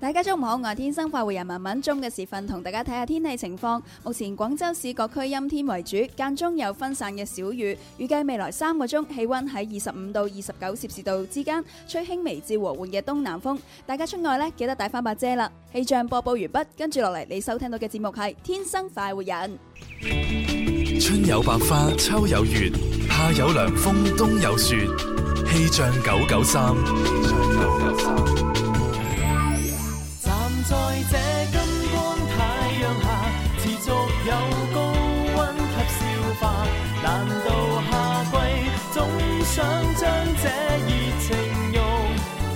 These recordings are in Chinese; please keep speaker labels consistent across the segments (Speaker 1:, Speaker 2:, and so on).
Speaker 1: 大家中午好，我係天生快活人文文中嘅時分，同大家睇下天氣情況。目前廣州市各區陰天為主，間中有分散嘅小雨。預計未來三個鐘氣温喺二十五到二十九攝氏度之間，吹輕微至和緩嘅東南風。大家出外呢，記得帶翻把遮啦。氣象播報完畢，跟住落嚟你收聽到嘅節目係《天生快活人》。
Speaker 2: 春有百花，秋有月，夏有涼風，冬有雪。氣象九九三，
Speaker 3: 站在這金光太陽下，持續有高温及消化。難道夏季總想將這熱情溶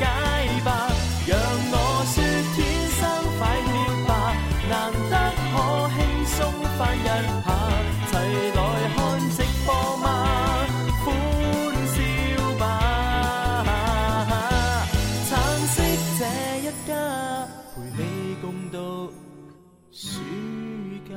Speaker 3: 解吧？讓我説天生快活吧，難得可輕鬆翻一下，齊來看直播嗎？歡笑吧！橙色這一家，陪你共度暑假。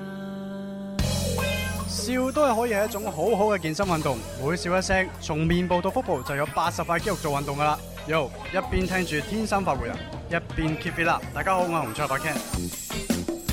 Speaker 4: 笑都係可以係一種好好嘅健身運動，每笑一聲，從面部到腹部就有八十塊肌肉做運動噶啦。Yo，一邊聽住天生發回人，一邊 keep it up。大家好，我係洪卓發 Ken。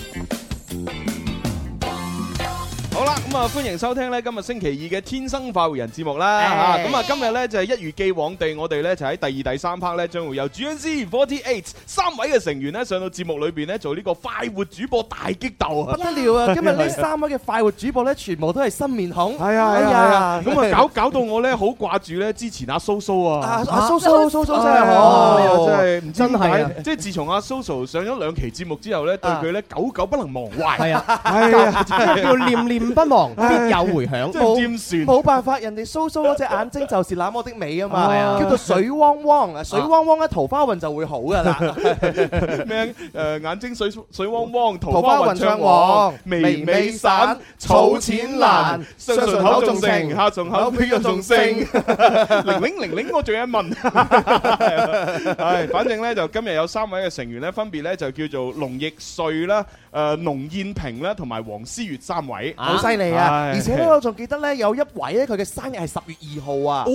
Speaker 5: 好啦，咁啊，歡迎收聽咧今日星期二嘅《天生快活人》節目啦
Speaker 6: 唉
Speaker 5: 嚇，咁啊今日咧就係一如既往地，我哋咧就喺第二、第三 part 咧將會有 GNZ48 三位嘅成員咧上到節目裏邊咧做呢個快活主播大激鬥啊！
Speaker 6: 不得 了啊！今日呢三位嘅快活主播咧，全部都係新面孔。哎
Speaker 5: 係啊係啊，咁啊搞搞到我咧好掛住咧之前阿蘇蘇啊
Speaker 6: 啊！。阿蘇蘇啊蘇蘇真係
Speaker 5: 哎呀
Speaker 6: 好，
Speaker 5: 真係唔知
Speaker 6: 哦真
Speaker 5: 點
Speaker 6: 係啊
Speaker 5: 解，即係自從阿 Soso 上咗兩期節目之後咧，對佢咧久久不能忘懷。
Speaker 6: 係 啊，哎
Speaker 5: 係啊，真係
Speaker 6: 叫念念不忘，必有回響。哦
Speaker 5: 真係尖算。
Speaker 6: 冇辦法，人哋蘇蘇嗰隻眼睛就是那麼的美啊
Speaker 5: 係
Speaker 6: 嘛，
Speaker 5: 啊
Speaker 6: 叫做水汪汪啊，水汪汪咧桃花運就會好噶啦。
Speaker 5: 咩？誒眼睛水水汪汪，桃
Speaker 6: 桃花
Speaker 5: 花
Speaker 6: 運
Speaker 5: 雲暢
Speaker 6: 暢
Speaker 5: 旺
Speaker 6: 旺，，
Speaker 5: 微
Speaker 6: 微
Speaker 5: 微
Speaker 6: 微
Speaker 5: 散
Speaker 6: 散，，
Speaker 5: 儲
Speaker 6: 儲
Speaker 5: 錢
Speaker 6: 錢
Speaker 5: 難
Speaker 6: 難，，
Speaker 5: 上
Speaker 6: 上
Speaker 5: 唇
Speaker 6: 唇
Speaker 5: 口
Speaker 6: 口
Speaker 5: 仲
Speaker 6: 仲
Speaker 5: 成，
Speaker 6: 成，
Speaker 5: 下
Speaker 6: 下
Speaker 5: 唇
Speaker 6: 唇
Speaker 5: 口
Speaker 6: 口
Speaker 5: 邊
Speaker 6: 邊
Speaker 5: 個
Speaker 6: 個
Speaker 5: 仲
Speaker 6: 仲
Speaker 5: 剩
Speaker 6: 剩，
Speaker 5: 零零零零，我仲有 一問。係，反正咧就今日有三位嘅成員咧，分別咧就叫做龍奕瑞啦、誒龍燕平啦，同埋黃思月三位。
Speaker 6: 好犀利啊！
Speaker 5: 唉
Speaker 6: 而且咧，我仲記得咧，有一位咧，佢嘅生日係十月二號啊。哦，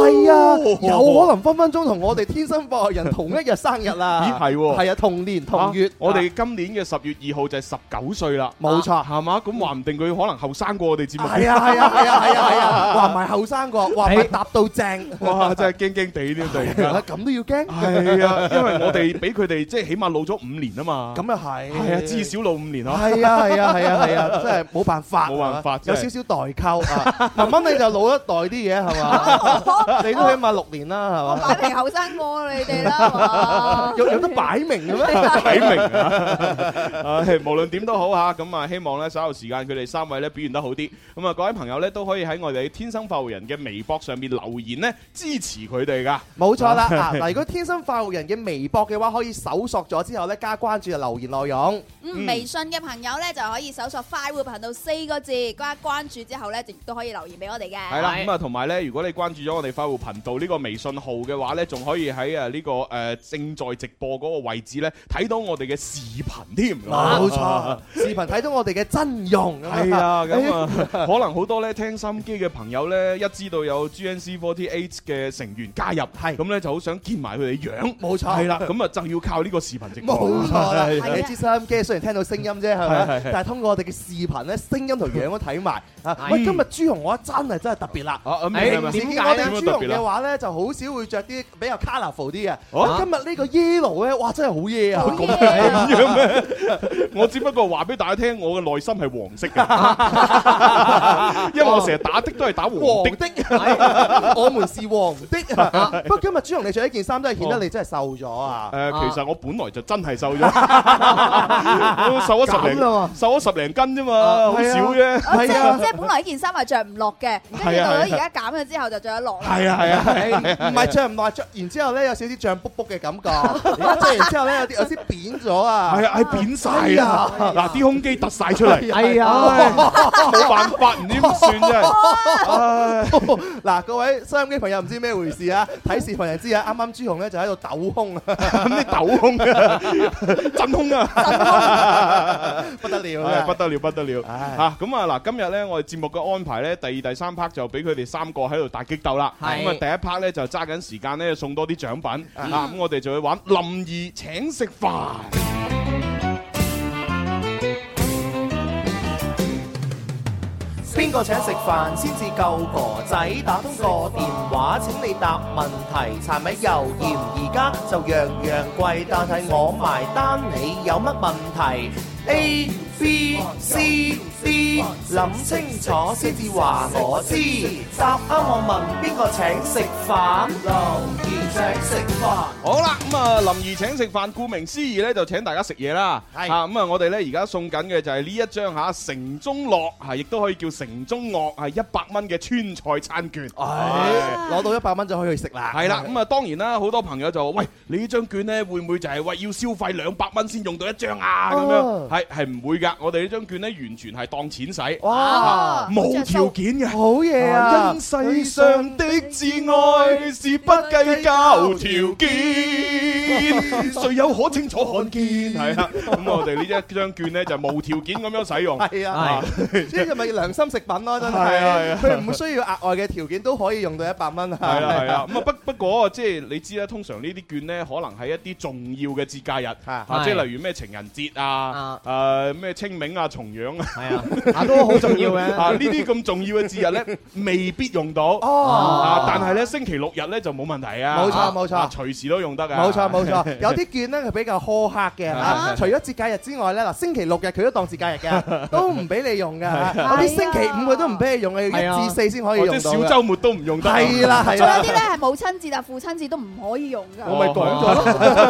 Speaker 6: 係啊，有可能分分鐘同我哋天生博學人同一日生日啦。
Speaker 5: 咦係喎
Speaker 6: 係啊，同年同月
Speaker 5: 啊。我哋今年嘅十月二號就係十九歲啦，啊
Speaker 6: 冇錯
Speaker 5: 係嘛？咁話唔定佢可能後生過我哋節目。
Speaker 6: 係啊係啊係啊係啊係啊，話埋後 生個，話
Speaker 5: 哎
Speaker 6: 埋搭到正。
Speaker 5: 哇！真係驚驚地呢，突然間。
Speaker 6: 咁都要驚？
Speaker 5: 係啊，因為我哋比佢哋即係起碼老咗五年啊嘛。
Speaker 6: 咁又係。
Speaker 5: 係啊，至。少老五年咯。
Speaker 6: 係啊係啊係 啊係啊，真係冇辦法，
Speaker 5: 冇辦法
Speaker 6: 有
Speaker 5: 真係
Speaker 6: 少 少代溝啊。文文你就老一代啲嘢係嘛？你都起碼六年啦係嘛？
Speaker 1: 擺平後生過你哋 啦，
Speaker 6: 有有得擺明嘅咩？
Speaker 5: 睇明啊！唉，無論點都好嚇，咁啊，希望咧稍後時間佢哋三位咧表現得好啲。咁啊，各位朋友咧都可以喺我哋天生快活人嘅微博上面留言咧支持佢哋噶。
Speaker 6: 冇 錯啦，啊嗱，如果天生快活人嘅微博嘅話，可以搜索咗之後咧，加關注就留言內容。
Speaker 1: 嗯，微信嘅朋友咧就可以搜索快活頻道四個字，加關注之後咧，亦都可以留言俾我哋嘅。
Speaker 5: 係啦，咁啊，同埋咧，如果你關注咗我哋快活頻道呢個微信號嘅話咧，仲可以喺啊呢個誒正在直播嗰個位置咧睇到我哋嘅視頻 添。
Speaker 6: 冇錯， 視頻睇到我哋嘅真容。
Speaker 5: 係啊，咁啊，可能好多咧聽心機嘅朋友咧，一知道有 GNC48 嘅成員加入，
Speaker 6: 係
Speaker 5: 咁咧就好想見埋佢哋樣，
Speaker 6: 冇錯
Speaker 5: 係啦，咁啊就要靠呢個視頻直播，
Speaker 6: 冇錯啦，啊
Speaker 5: 係啊
Speaker 1: 係
Speaker 6: 你知收音機雖然聽到聲音啫，係
Speaker 5: 係係
Speaker 6: 咪
Speaker 5: 係？
Speaker 6: 但係通過我哋嘅視頻咧，聲音同樣都睇埋。啊，喂，今日朱紅我真係真係特別啦。
Speaker 5: 嗯啊，
Speaker 6: 你
Speaker 5: 咩
Speaker 6: 唔
Speaker 5: 咩
Speaker 6: 知
Speaker 5: 點
Speaker 6: 我
Speaker 5: 解
Speaker 6: 哋
Speaker 5: 咧？
Speaker 6: 朱
Speaker 5: 特別
Speaker 6: 紅
Speaker 5: 啊
Speaker 6: 嘅
Speaker 5: 啦？
Speaker 6: 話咧，就好少會着啲比較 colourful 啲嘅。
Speaker 5: 哦
Speaker 6: 今日呢個 yellow 咧，哇，真係好 yellow 啊！
Speaker 1: 好嘢啊
Speaker 5: 咁樣咩？我只不過話俾大家聽，我嘅內心係黃色嘅， 因為我成日打的都係打黃
Speaker 6: 黃
Speaker 5: 的。
Speaker 6: 的， 我們是黃的。不過今日朱紅你着一件衫真係顯得你真係瘦咗啊！
Speaker 5: 呃誒，其實我本 來就真係瘦咗，我瘦咗十零
Speaker 6: 咁啦
Speaker 5: 瘦咗十零斤啫嘛，
Speaker 6: 啊
Speaker 5: 好少 少啫。
Speaker 1: 哦
Speaker 6: 係
Speaker 1: 即
Speaker 6: 啊
Speaker 1: 係即係本來呢件衫係着唔落嘅，跟住到
Speaker 5: 係啊
Speaker 1: 咗
Speaker 5: 係啊
Speaker 1: 而家減咗之後就着得落啦。
Speaker 5: 係啊係 啊係啊，
Speaker 6: 唔係着唔耐，着完之後咧有少少脹卜卜嘅感 覺，而家着完之後咧有啲有啲扁咗啊。
Speaker 5: 係啊，係扁晒
Speaker 6: 哎呀
Speaker 5: 啊！嗱，啲胸肌突晒出嚟，
Speaker 7: 哎
Speaker 6: 啊
Speaker 7: 呀
Speaker 5: 唉，冇辦法，唔知點算 真係。唉
Speaker 6: 嗱，各位收音機朋友唔知咩回事啊？睇視頻人知啊，啱啱朱紅咧就喺度抖胸啊，
Speaker 5: 咩抖胸 啊， 震胸啊！
Speaker 6: 不得了
Speaker 5: 唉
Speaker 6: 啊！
Speaker 5: 不得了，不得了
Speaker 6: 唉
Speaker 5: 啊！咁啊，嗱，今日咧，我哋節目嘅安排咧，第二、第三 part 就俾佢哋三個喺度打激鬥啦。
Speaker 7: 係
Speaker 5: 咁啊，第一 part 咧就揸緊時間咧送多啲獎品啊！咁我哋就去玩林兒請食飯。
Speaker 3: 邊個請食飯先至夠哥仔？打通個電話請你答問題，柴米油鹽而家就樣樣貴，但係我埋單，你有乜問題？A
Speaker 7: 哎
Speaker 3: B C D，諗清楚先至話我知。答啱我問邊個請食飯？留言請食飯。
Speaker 5: 好啦，咁啊，林兒請食飯，顧名思義咧，就請大家食嘢啦。
Speaker 6: 係
Speaker 5: 啊，咁啊，我哋咧而家送緊嘅就係呢一張吓城中樂，係亦都可以叫城中樂，係一百蚊嘅川菜餐券。
Speaker 6: 唉哎攞到一百蚊就可以去食啦。
Speaker 5: 係啦，咁啊，當然啦，好多朋友就話：喂，你呢張券咧會唔會就係喂要消費兩百蚊先用到一張啊？咁
Speaker 6: 哦
Speaker 5: 樣係係唔會㗎，我哋呢張券咧完全係當錢使，
Speaker 6: 哇，
Speaker 1: 啊
Speaker 5: 冇條件嘅。
Speaker 6: 好嘢
Speaker 5: Ờ,
Speaker 6: 啊！
Speaker 5: 因世上的挚愛是不計較條 件，誰有可清楚看見？
Speaker 6: Ừ.
Speaker 5: 係啦，咁我哋呢一張券咧就無條件咁樣使用。
Speaker 6: 係啊，呢個咪良心食品咯，真
Speaker 5: 係啊係
Speaker 6: 係
Speaker 5: 啊
Speaker 6: 佢唔需要額外嘅條件都可以用到一百蚊啊！
Speaker 5: 係啦係啦，咁啊不不過即係你知啦，通常呢啲券咧可能係一啲重要嘅節假日，
Speaker 6: 啊
Speaker 5: 啊即係例如咩情人節啊，誒咩清明啊、重陽啊，
Speaker 7: 係啊，啊都好重要
Speaker 5: 啊
Speaker 7: 嘅，
Speaker 5: 呢啲咁重要嘅節日咧未必用到，
Speaker 6: 哦，
Speaker 5: 啊但係咧星期六日咧就冇問題啊，
Speaker 6: 冇錯冇錯
Speaker 5: 啊隨時都用得噶，
Speaker 6: 冇錯冇 錯，有啲券咧佢比較苛刻嘅
Speaker 5: À.
Speaker 6: 嚇，除咗節假日之外咧，嗱星期六日佢都當節假日 嘅，都唔俾你用嘅嚇，有啲星期五佢都唔俾你用嘅，
Speaker 7: 係啊
Speaker 6: 一至四先可以
Speaker 5: 或者
Speaker 6: 用到
Speaker 5: 小
Speaker 6: 嘅。
Speaker 5: 週末都唔用得，
Speaker 6: 係啦係
Speaker 1: 仲有
Speaker 6: 啦
Speaker 1: 啲，咧係母親節啊、父親節都唔可以用㗎。
Speaker 5: 啊我咪講咗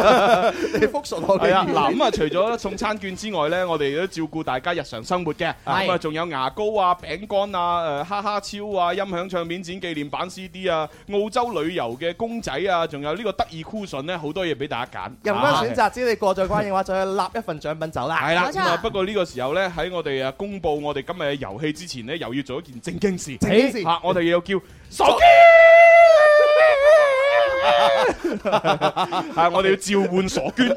Speaker 6: 你復述我
Speaker 5: 係啊，
Speaker 6: 嘅。
Speaker 5: 嗱咁啊，除咗送餐券之外咧，我哋都照顧大家日常生活嘅，
Speaker 7: 係
Speaker 5: 咁啊，仲有牙膏啊、餅乾啊、誒哈哈超啊、音響唱片展紀念版 CD 啊、澳洲旅遊嘅公仔啊，仲有呢個得意 cushion 咧，好多嘢俾大家揀，
Speaker 6: 任君選擇，只要你過咗關嘅話，就去立一份獎品走啦。
Speaker 5: 係啦，
Speaker 1: 冇錯
Speaker 5: 咁啊，不過呢個時候咧，喺我哋啊公佈我哋今日嘅遊戲之前咧，又要做一件正經事，
Speaker 6: 正經事
Speaker 5: 嚇，我哋要叫手機。 係，我哋要召喚傻娟，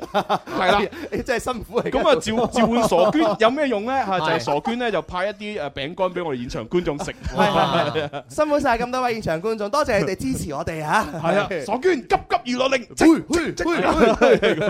Speaker 5: 係啦。
Speaker 6: 你真係辛苦嚟㗎。
Speaker 5: 咁啊，召召喚傻 娟有咩用咧？嚇，就係
Speaker 7: 係
Speaker 5: 傻娟咧就派一啲誒餅乾俾我哋現場觀眾食。
Speaker 6: 係係係辛苦晒咁多位現場觀眾，多謝你哋支持我哋嚇。
Speaker 5: 係啊，傻娟急急如律令，即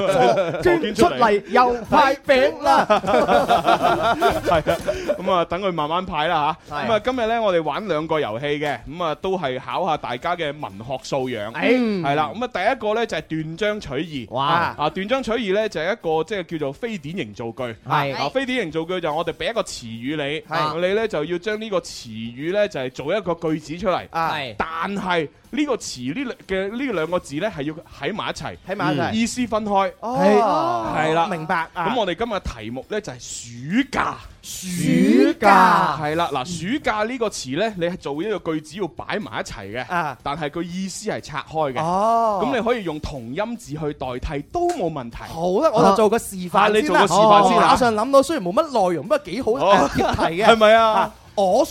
Speaker 5: 傻
Speaker 7: 捐
Speaker 5: 娟
Speaker 7: 出
Speaker 5: 出嚟。
Speaker 7: 嚟又派餅啦，
Speaker 5: 係啊，咁啊，等佢慢慢派啦嚇。
Speaker 7: 係
Speaker 5: 咁啊，今日咧我哋玩兩個遊戲嘅，咁啊都係考下大家嘅文學素養。
Speaker 7: 誒，
Speaker 5: 係啦，咁啊第一個咧就係斷章取義。
Speaker 7: 哇，
Speaker 5: 啊，斷章取義咧就係一個即係叫做非典型造句。
Speaker 7: 係
Speaker 5: 啊，非典型造句就係我哋俾一個詞語
Speaker 7: 係
Speaker 5: 你，啊你咧就要將呢個詞語咧就係做一個句子出嚟。
Speaker 6: 啊，
Speaker 7: 係
Speaker 5: 但係呢個詞呢兩嘅呢兩個字呢，係要喺埋一齊，嗯
Speaker 6: 喺埋一齊
Speaker 5: 意思分開。
Speaker 6: 哦，
Speaker 5: 係啦
Speaker 6: 明白啊。
Speaker 5: 咁我哋今日題目呢，就係暑假，
Speaker 7: 暑假
Speaker 5: 係啦，
Speaker 6: 嗯
Speaker 5: 嗱，暑假呢個詞呢，你係做呢個句子要擺埋一齊嘅，
Speaker 6: 啊，
Speaker 5: 但係個意思係拆開嘅，
Speaker 6: 哦，
Speaker 5: 咁你可以用同音字去代替都冇問題。
Speaker 6: 好啦，我就做個示
Speaker 5: 啊
Speaker 6: 範
Speaker 5: 你
Speaker 6: 先
Speaker 5: 做
Speaker 6: 啦
Speaker 5: 個示範先啊
Speaker 6: 馬上諗到，雖然冇乜內容，不過幾好
Speaker 5: 哦
Speaker 6: 誒貼題
Speaker 5: 係
Speaker 6: 嘅。
Speaker 5: 咪啊
Speaker 6: 啊？我屬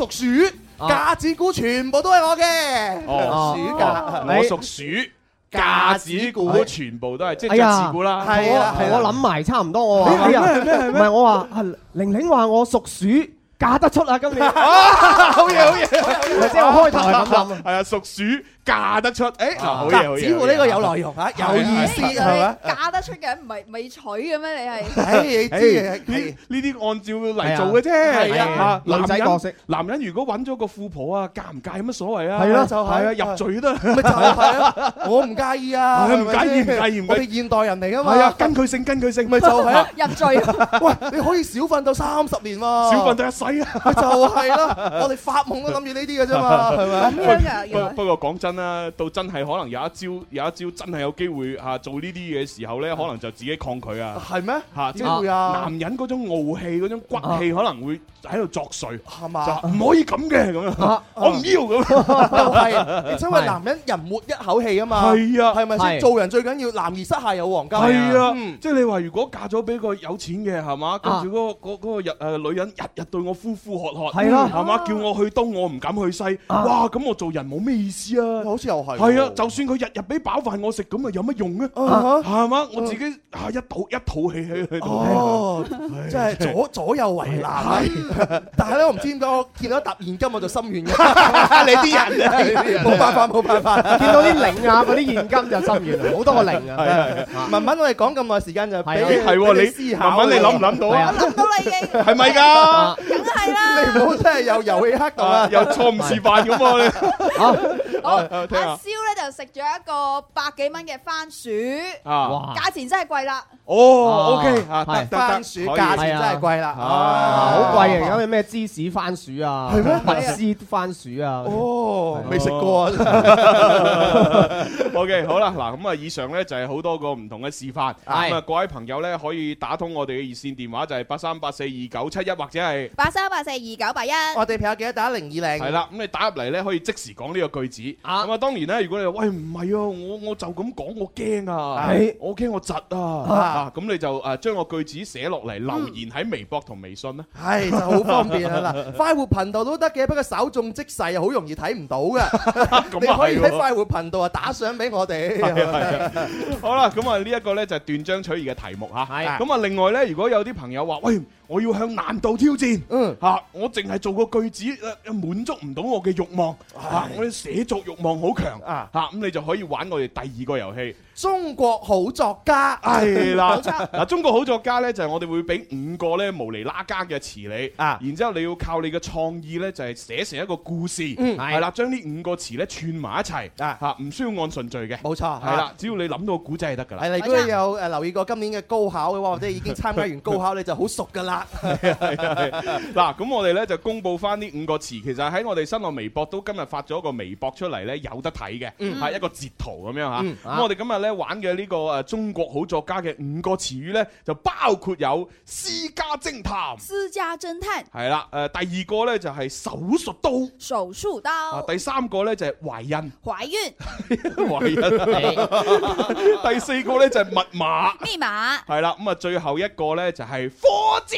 Speaker 6: 鼠，
Speaker 7: 啊
Speaker 6: 價子股全部都係我嘅。
Speaker 5: 哦，
Speaker 6: 暑
Speaker 7: 哦
Speaker 6: 假哦
Speaker 5: 我屬鼠，價子股全部都係即係
Speaker 7: 哎呀
Speaker 5: 隻字股啦。
Speaker 6: 係啊係啊
Speaker 7: 哦我諗埋差唔多，我話
Speaker 5: 咩
Speaker 7: 哎呀
Speaker 5: 咩
Speaker 7: 唔係我話啊玲玲話我屬鼠，嫁得出啊今年，
Speaker 5: 啊好嘢好嘢，
Speaker 7: 咪即係我開頭係咁諗啊。
Speaker 5: 係啊，屬鼠嫁得出，誒嗱，好嘢好
Speaker 6: 啊嗱，
Speaker 5: 嘢。
Speaker 6: 子
Speaker 5: 好嘢
Speaker 6: 乎
Speaker 5: 啊
Speaker 6: 呢個有內容嚇，有意思
Speaker 1: 你
Speaker 6: 係咪？
Speaker 1: 嫁得出嘅，唔係未娶嘅咩？你 係
Speaker 6: 唉，你
Speaker 5: 誒
Speaker 6: 知嘅
Speaker 5: 呢
Speaker 6: 係
Speaker 5: 呢啲按照嚟做嘅啫，
Speaker 7: 係啊
Speaker 5: 啊
Speaker 7: 女
Speaker 5: 男
Speaker 7: 仔
Speaker 5: 人
Speaker 7: 角色
Speaker 5: 男人如果揾咗個富婆啊，介唔介有乜所謂啊？
Speaker 6: 係咯就係
Speaker 5: 係啊，入罪都得。
Speaker 6: 咪就係 啊！我唔介意啊，
Speaker 5: 係唔
Speaker 6: 係咪
Speaker 5: 介意唔
Speaker 6: 先
Speaker 5: 介意唔介意
Speaker 6: 我哋現代人嚟噶嘛，
Speaker 5: 係啊，跟佢姓，跟佢姓，咪
Speaker 6: 咪就係 啊！
Speaker 1: 入罪，
Speaker 6: 喂，你可以少瞓到三十年喎，
Speaker 5: 少瞓得一世啊！
Speaker 6: 咪就係咯，我哋發夢都諗住呢啲嘅啫嘛，係咪？
Speaker 1: 咁樣㗎，原
Speaker 5: 不
Speaker 1: 來
Speaker 5: 不過講真真啦，到真係可能有一招，有一招真係有機會嚇做呢啲嘢嘅時候咧，可能就自己抗拒啊。
Speaker 6: 啊係咩？
Speaker 5: 嚇！即
Speaker 6: 點
Speaker 5: 係
Speaker 6: 會啊？
Speaker 5: 男人嗰種傲氣、嗰種骨氣，可能會喺度作祟，
Speaker 6: 係
Speaker 5: 就
Speaker 6: 嘛？
Speaker 5: 話唔可以咁嘅咁樣，啊我唔要 咁。
Speaker 6: 就啊係啊你真係男人人活一口氣啊嘛，
Speaker 5: 係啊，
Speaker 6: 係咪先？
Speaker 8: 係
Speaker 6: 做人最緊要男兒膝下有黃金。
Speaker 5: 係啊
Speaker 6: 嗯，
Speaker 5: 即係你話如果嫁咗俾個有錢嘅係嘛，跟
Speaker 8: 啊
Speaker 5: 住嗰個嗰嗰個日呃誒女人日日對我呼呼喝喝，
Speaker 8: 係啦
Speaker 5: 係嘛，叫我去東我唔敢去西，
Speaker 8: 啊
Speaker 5: 哇！咁我做人冇咩意思啊。
Speaker 6: 好似又係喎。
Speaker 5: 係啊，就算佢日日俾飽飯我食，咁啊有乜用啊？
Speaker 6: 啊哈
Speaker 5: 係嘛，我自己啊一肚一肚氣喺喺度。
Speaker 6: 哦，即係左左右為難。但係咧，我唔知點解我見到一沓現金我就 心軟嘅。你啲 人啊，冇辦法，冇辦法。
Speaker 7: 見到啲零啊，嗰啲現金就心軟啦，好多個零 啊。
Speaker 6: 文文，我哋講咁耐時間就俾
Speaker 7: 係啊
Speaker 6: 你
Speaker 5: 係喎，
Speaker 6: 俾
Speaker 5: 你
Speaker 6: 思考啊。
Speaker 5: 文文，你諗唔諗到
Speaker 7: 係
Speaker 5: 啊
Speaker 7: 啊？
Speaker 1: 諗到啦已經，
Speaker 5: 係咪㗎？
Speaker 1: 梗係啦。
Speaker 6: 你唔好真係又遊戲黑洞
Speaker 5: 啊
Speaker 6: 啊！
Speaker 5: 又錯誤示 範咁啊 喎你。
Speaker 1: 好，
Speaker 5: 啊
Speaker 1: 阿
Speaker 5: 聽下
Speaker 1: 蕭咧就食咗一個百幾蚊嘅番薯，
Speaker 5: 啊，
Speaker 8: 哇！
Speaker 1: 價錢真係貴啦。
Speaker 5: 哦，OK 啊，得得得
Speaker 6: 番薯
Speaker 5: 可以
Speaker 6: 價錢真係貴啦，
Speaker 5: 啊
Speaker 7: 好
Speaker 6: 啊
Speaker 7: 貴啊！而家咩芝士番薯啊，
Speaker 6: 係咩
Speaker 7: 拔絲番薯啊，
Speaker 6: 哦，未食過啊！
Speaker 5: 啊 O K，好啦，嗱咁啊，以上呢就係好多個唔同嘅示範，
Speaker 8: 係
Speaker 5: 咁啊，各位朋友呢，可以打通我哋嘅熱線電話就係八三八四二九七一或者係
Speaker 1: 八三八四二九八一，
Speaker 6: 我哋朋友記得打零二零
Speaker 5: 係。啦，咁你打入嚟呢，可以即時講呢個句子，
Speaker 8: 啊
Speaker 5: 咁啊當然呢，如果你話喂唔係啊，我我就咁講我驚啊
Speaker 7: 係，
Speaker 5: 我驚我窒啊，
Speaker 6: 哎啊
Speaker 5: 啊咁你就誒將個句子寫落嚟留言喺微博同微信啦，
Speaker 6: 唉，哎就好方便 啦！嗱，快活頻道都得嘅，不過稍縱即逝，啊好容易睇唔到嘅。你
Speaker 5: 咁啊
Speaker 6: 可以
Speaker 5: 係
Speaker 6: 喺
Speaker 5: 喎。
Speaker 6: 快活頻道啊打賞俾我哋。
Speaker 5: 好啦，啊咁啊呢一個呢就係斷章取義嘅題目吓，
Speaker 8: 係
Speaker 5: 咁啊另外呢，如果有啲朋友話喂我要向難度挑戰。
Speaker 6: 嗯，
Speaker 5: 吓、我淨係做個句子，呃滿足唔到我嘅慾望，吓、我嘅寫作慾望好強，
Speaker 6: 啊
Speaker 5: 吓咁、你就可以玩我哋第二個遊戲，
Speaker 6: 中國好作家，
Speaker 5: 係啦
Speaker 1: 冇，錯
Speaker 5: 哎嗱，中國好作家呢，就係、我哋會俾五個呢無厘啦家嘅詞你，
Speaker 6: 啊
Speaker 5: 然之後你要靠你嘅創意呢，就係、寫成一個故事，
Speaker 6: 嗯
Speaker 5: 係啦，將呢五個詞呢串埋一齊，吓
Speaker 6: 啊
Speaker 5: 唔需要按順序嘅，
Speaker 6: 冇錯，啊
Speaker 5: 係啦，只要你諗到個古仔就得㗎啦。
Speaker 6: 係啦，如果你有誒留意過今年嘅高考嘅話，或者已經參加完高考，你就好熟㗎啦。
Speaker 5: 嗱，咁我哋呢就公布翻呢五個詞，其實喺我哋新浪微博都今日發咗個微博出嚟呢，有得睇嘅，係一個截圖咁樣吓。
Speaker 6: 嗯
Speaker 5: 咁我哋今日呢玩嘅呢個誒中國好作家嘅五個詞語呢，就包括有私家偵探，
Speaker 1: 私家偵探
Speaker 5: 係啦，誒第二個呢就係手術刀，
Speaker 1: 手術
Speaker 5: 啊
Speaker 1: 刀，
Speaker 5: 第三個呢就係懷孕，
Speaker 1: 懷 孕
Speaker 5: 懷孕，第四個呢就係密碼，
Speaker 1: 密 碼，
Speaker 5: 係啦，咁啊最後一個呢就係火箭，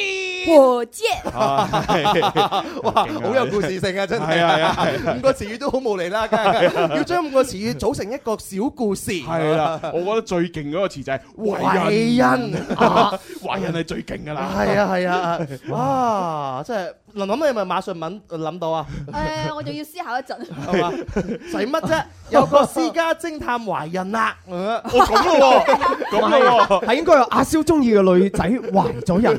Speaker 1: 火箭，
Speaker 5: 啊 係
Speaker 6: 哇，
Speaker 5: 勁啊
Speaker 6: 好有故事性啊！真係
Speaker 5: 係啊係啊係
Speaker 6: 五個詞語都好無厘啦，梗係要將五個詞語組成一個小故事。
Speaker 5: 係啦，我覺得最勁嗰個詞就係
Speaker 6: 懷
Speaker 5: 懷孕，
Speaker 6: 孕。
Speaker 5: 懷孕係最勁噶啦。哦
Speaker 6: 係啊係啊，哇！真係林林，你係咪馬上諗諗到啊？
Speaker 7: 哎
Speaker 1: 誒，哎我仲要思考一 陣。
Speaker 6: 係
Speaker 5: 啊
Speaker 6: 嘛？使乜 啫？有個私家偵探懷孕啦，
Speaker 5: 哦咁咯 喎，咁咯喎，
Speaker 7: 係應該有阿蕭中意嘅女仔懷 咗人，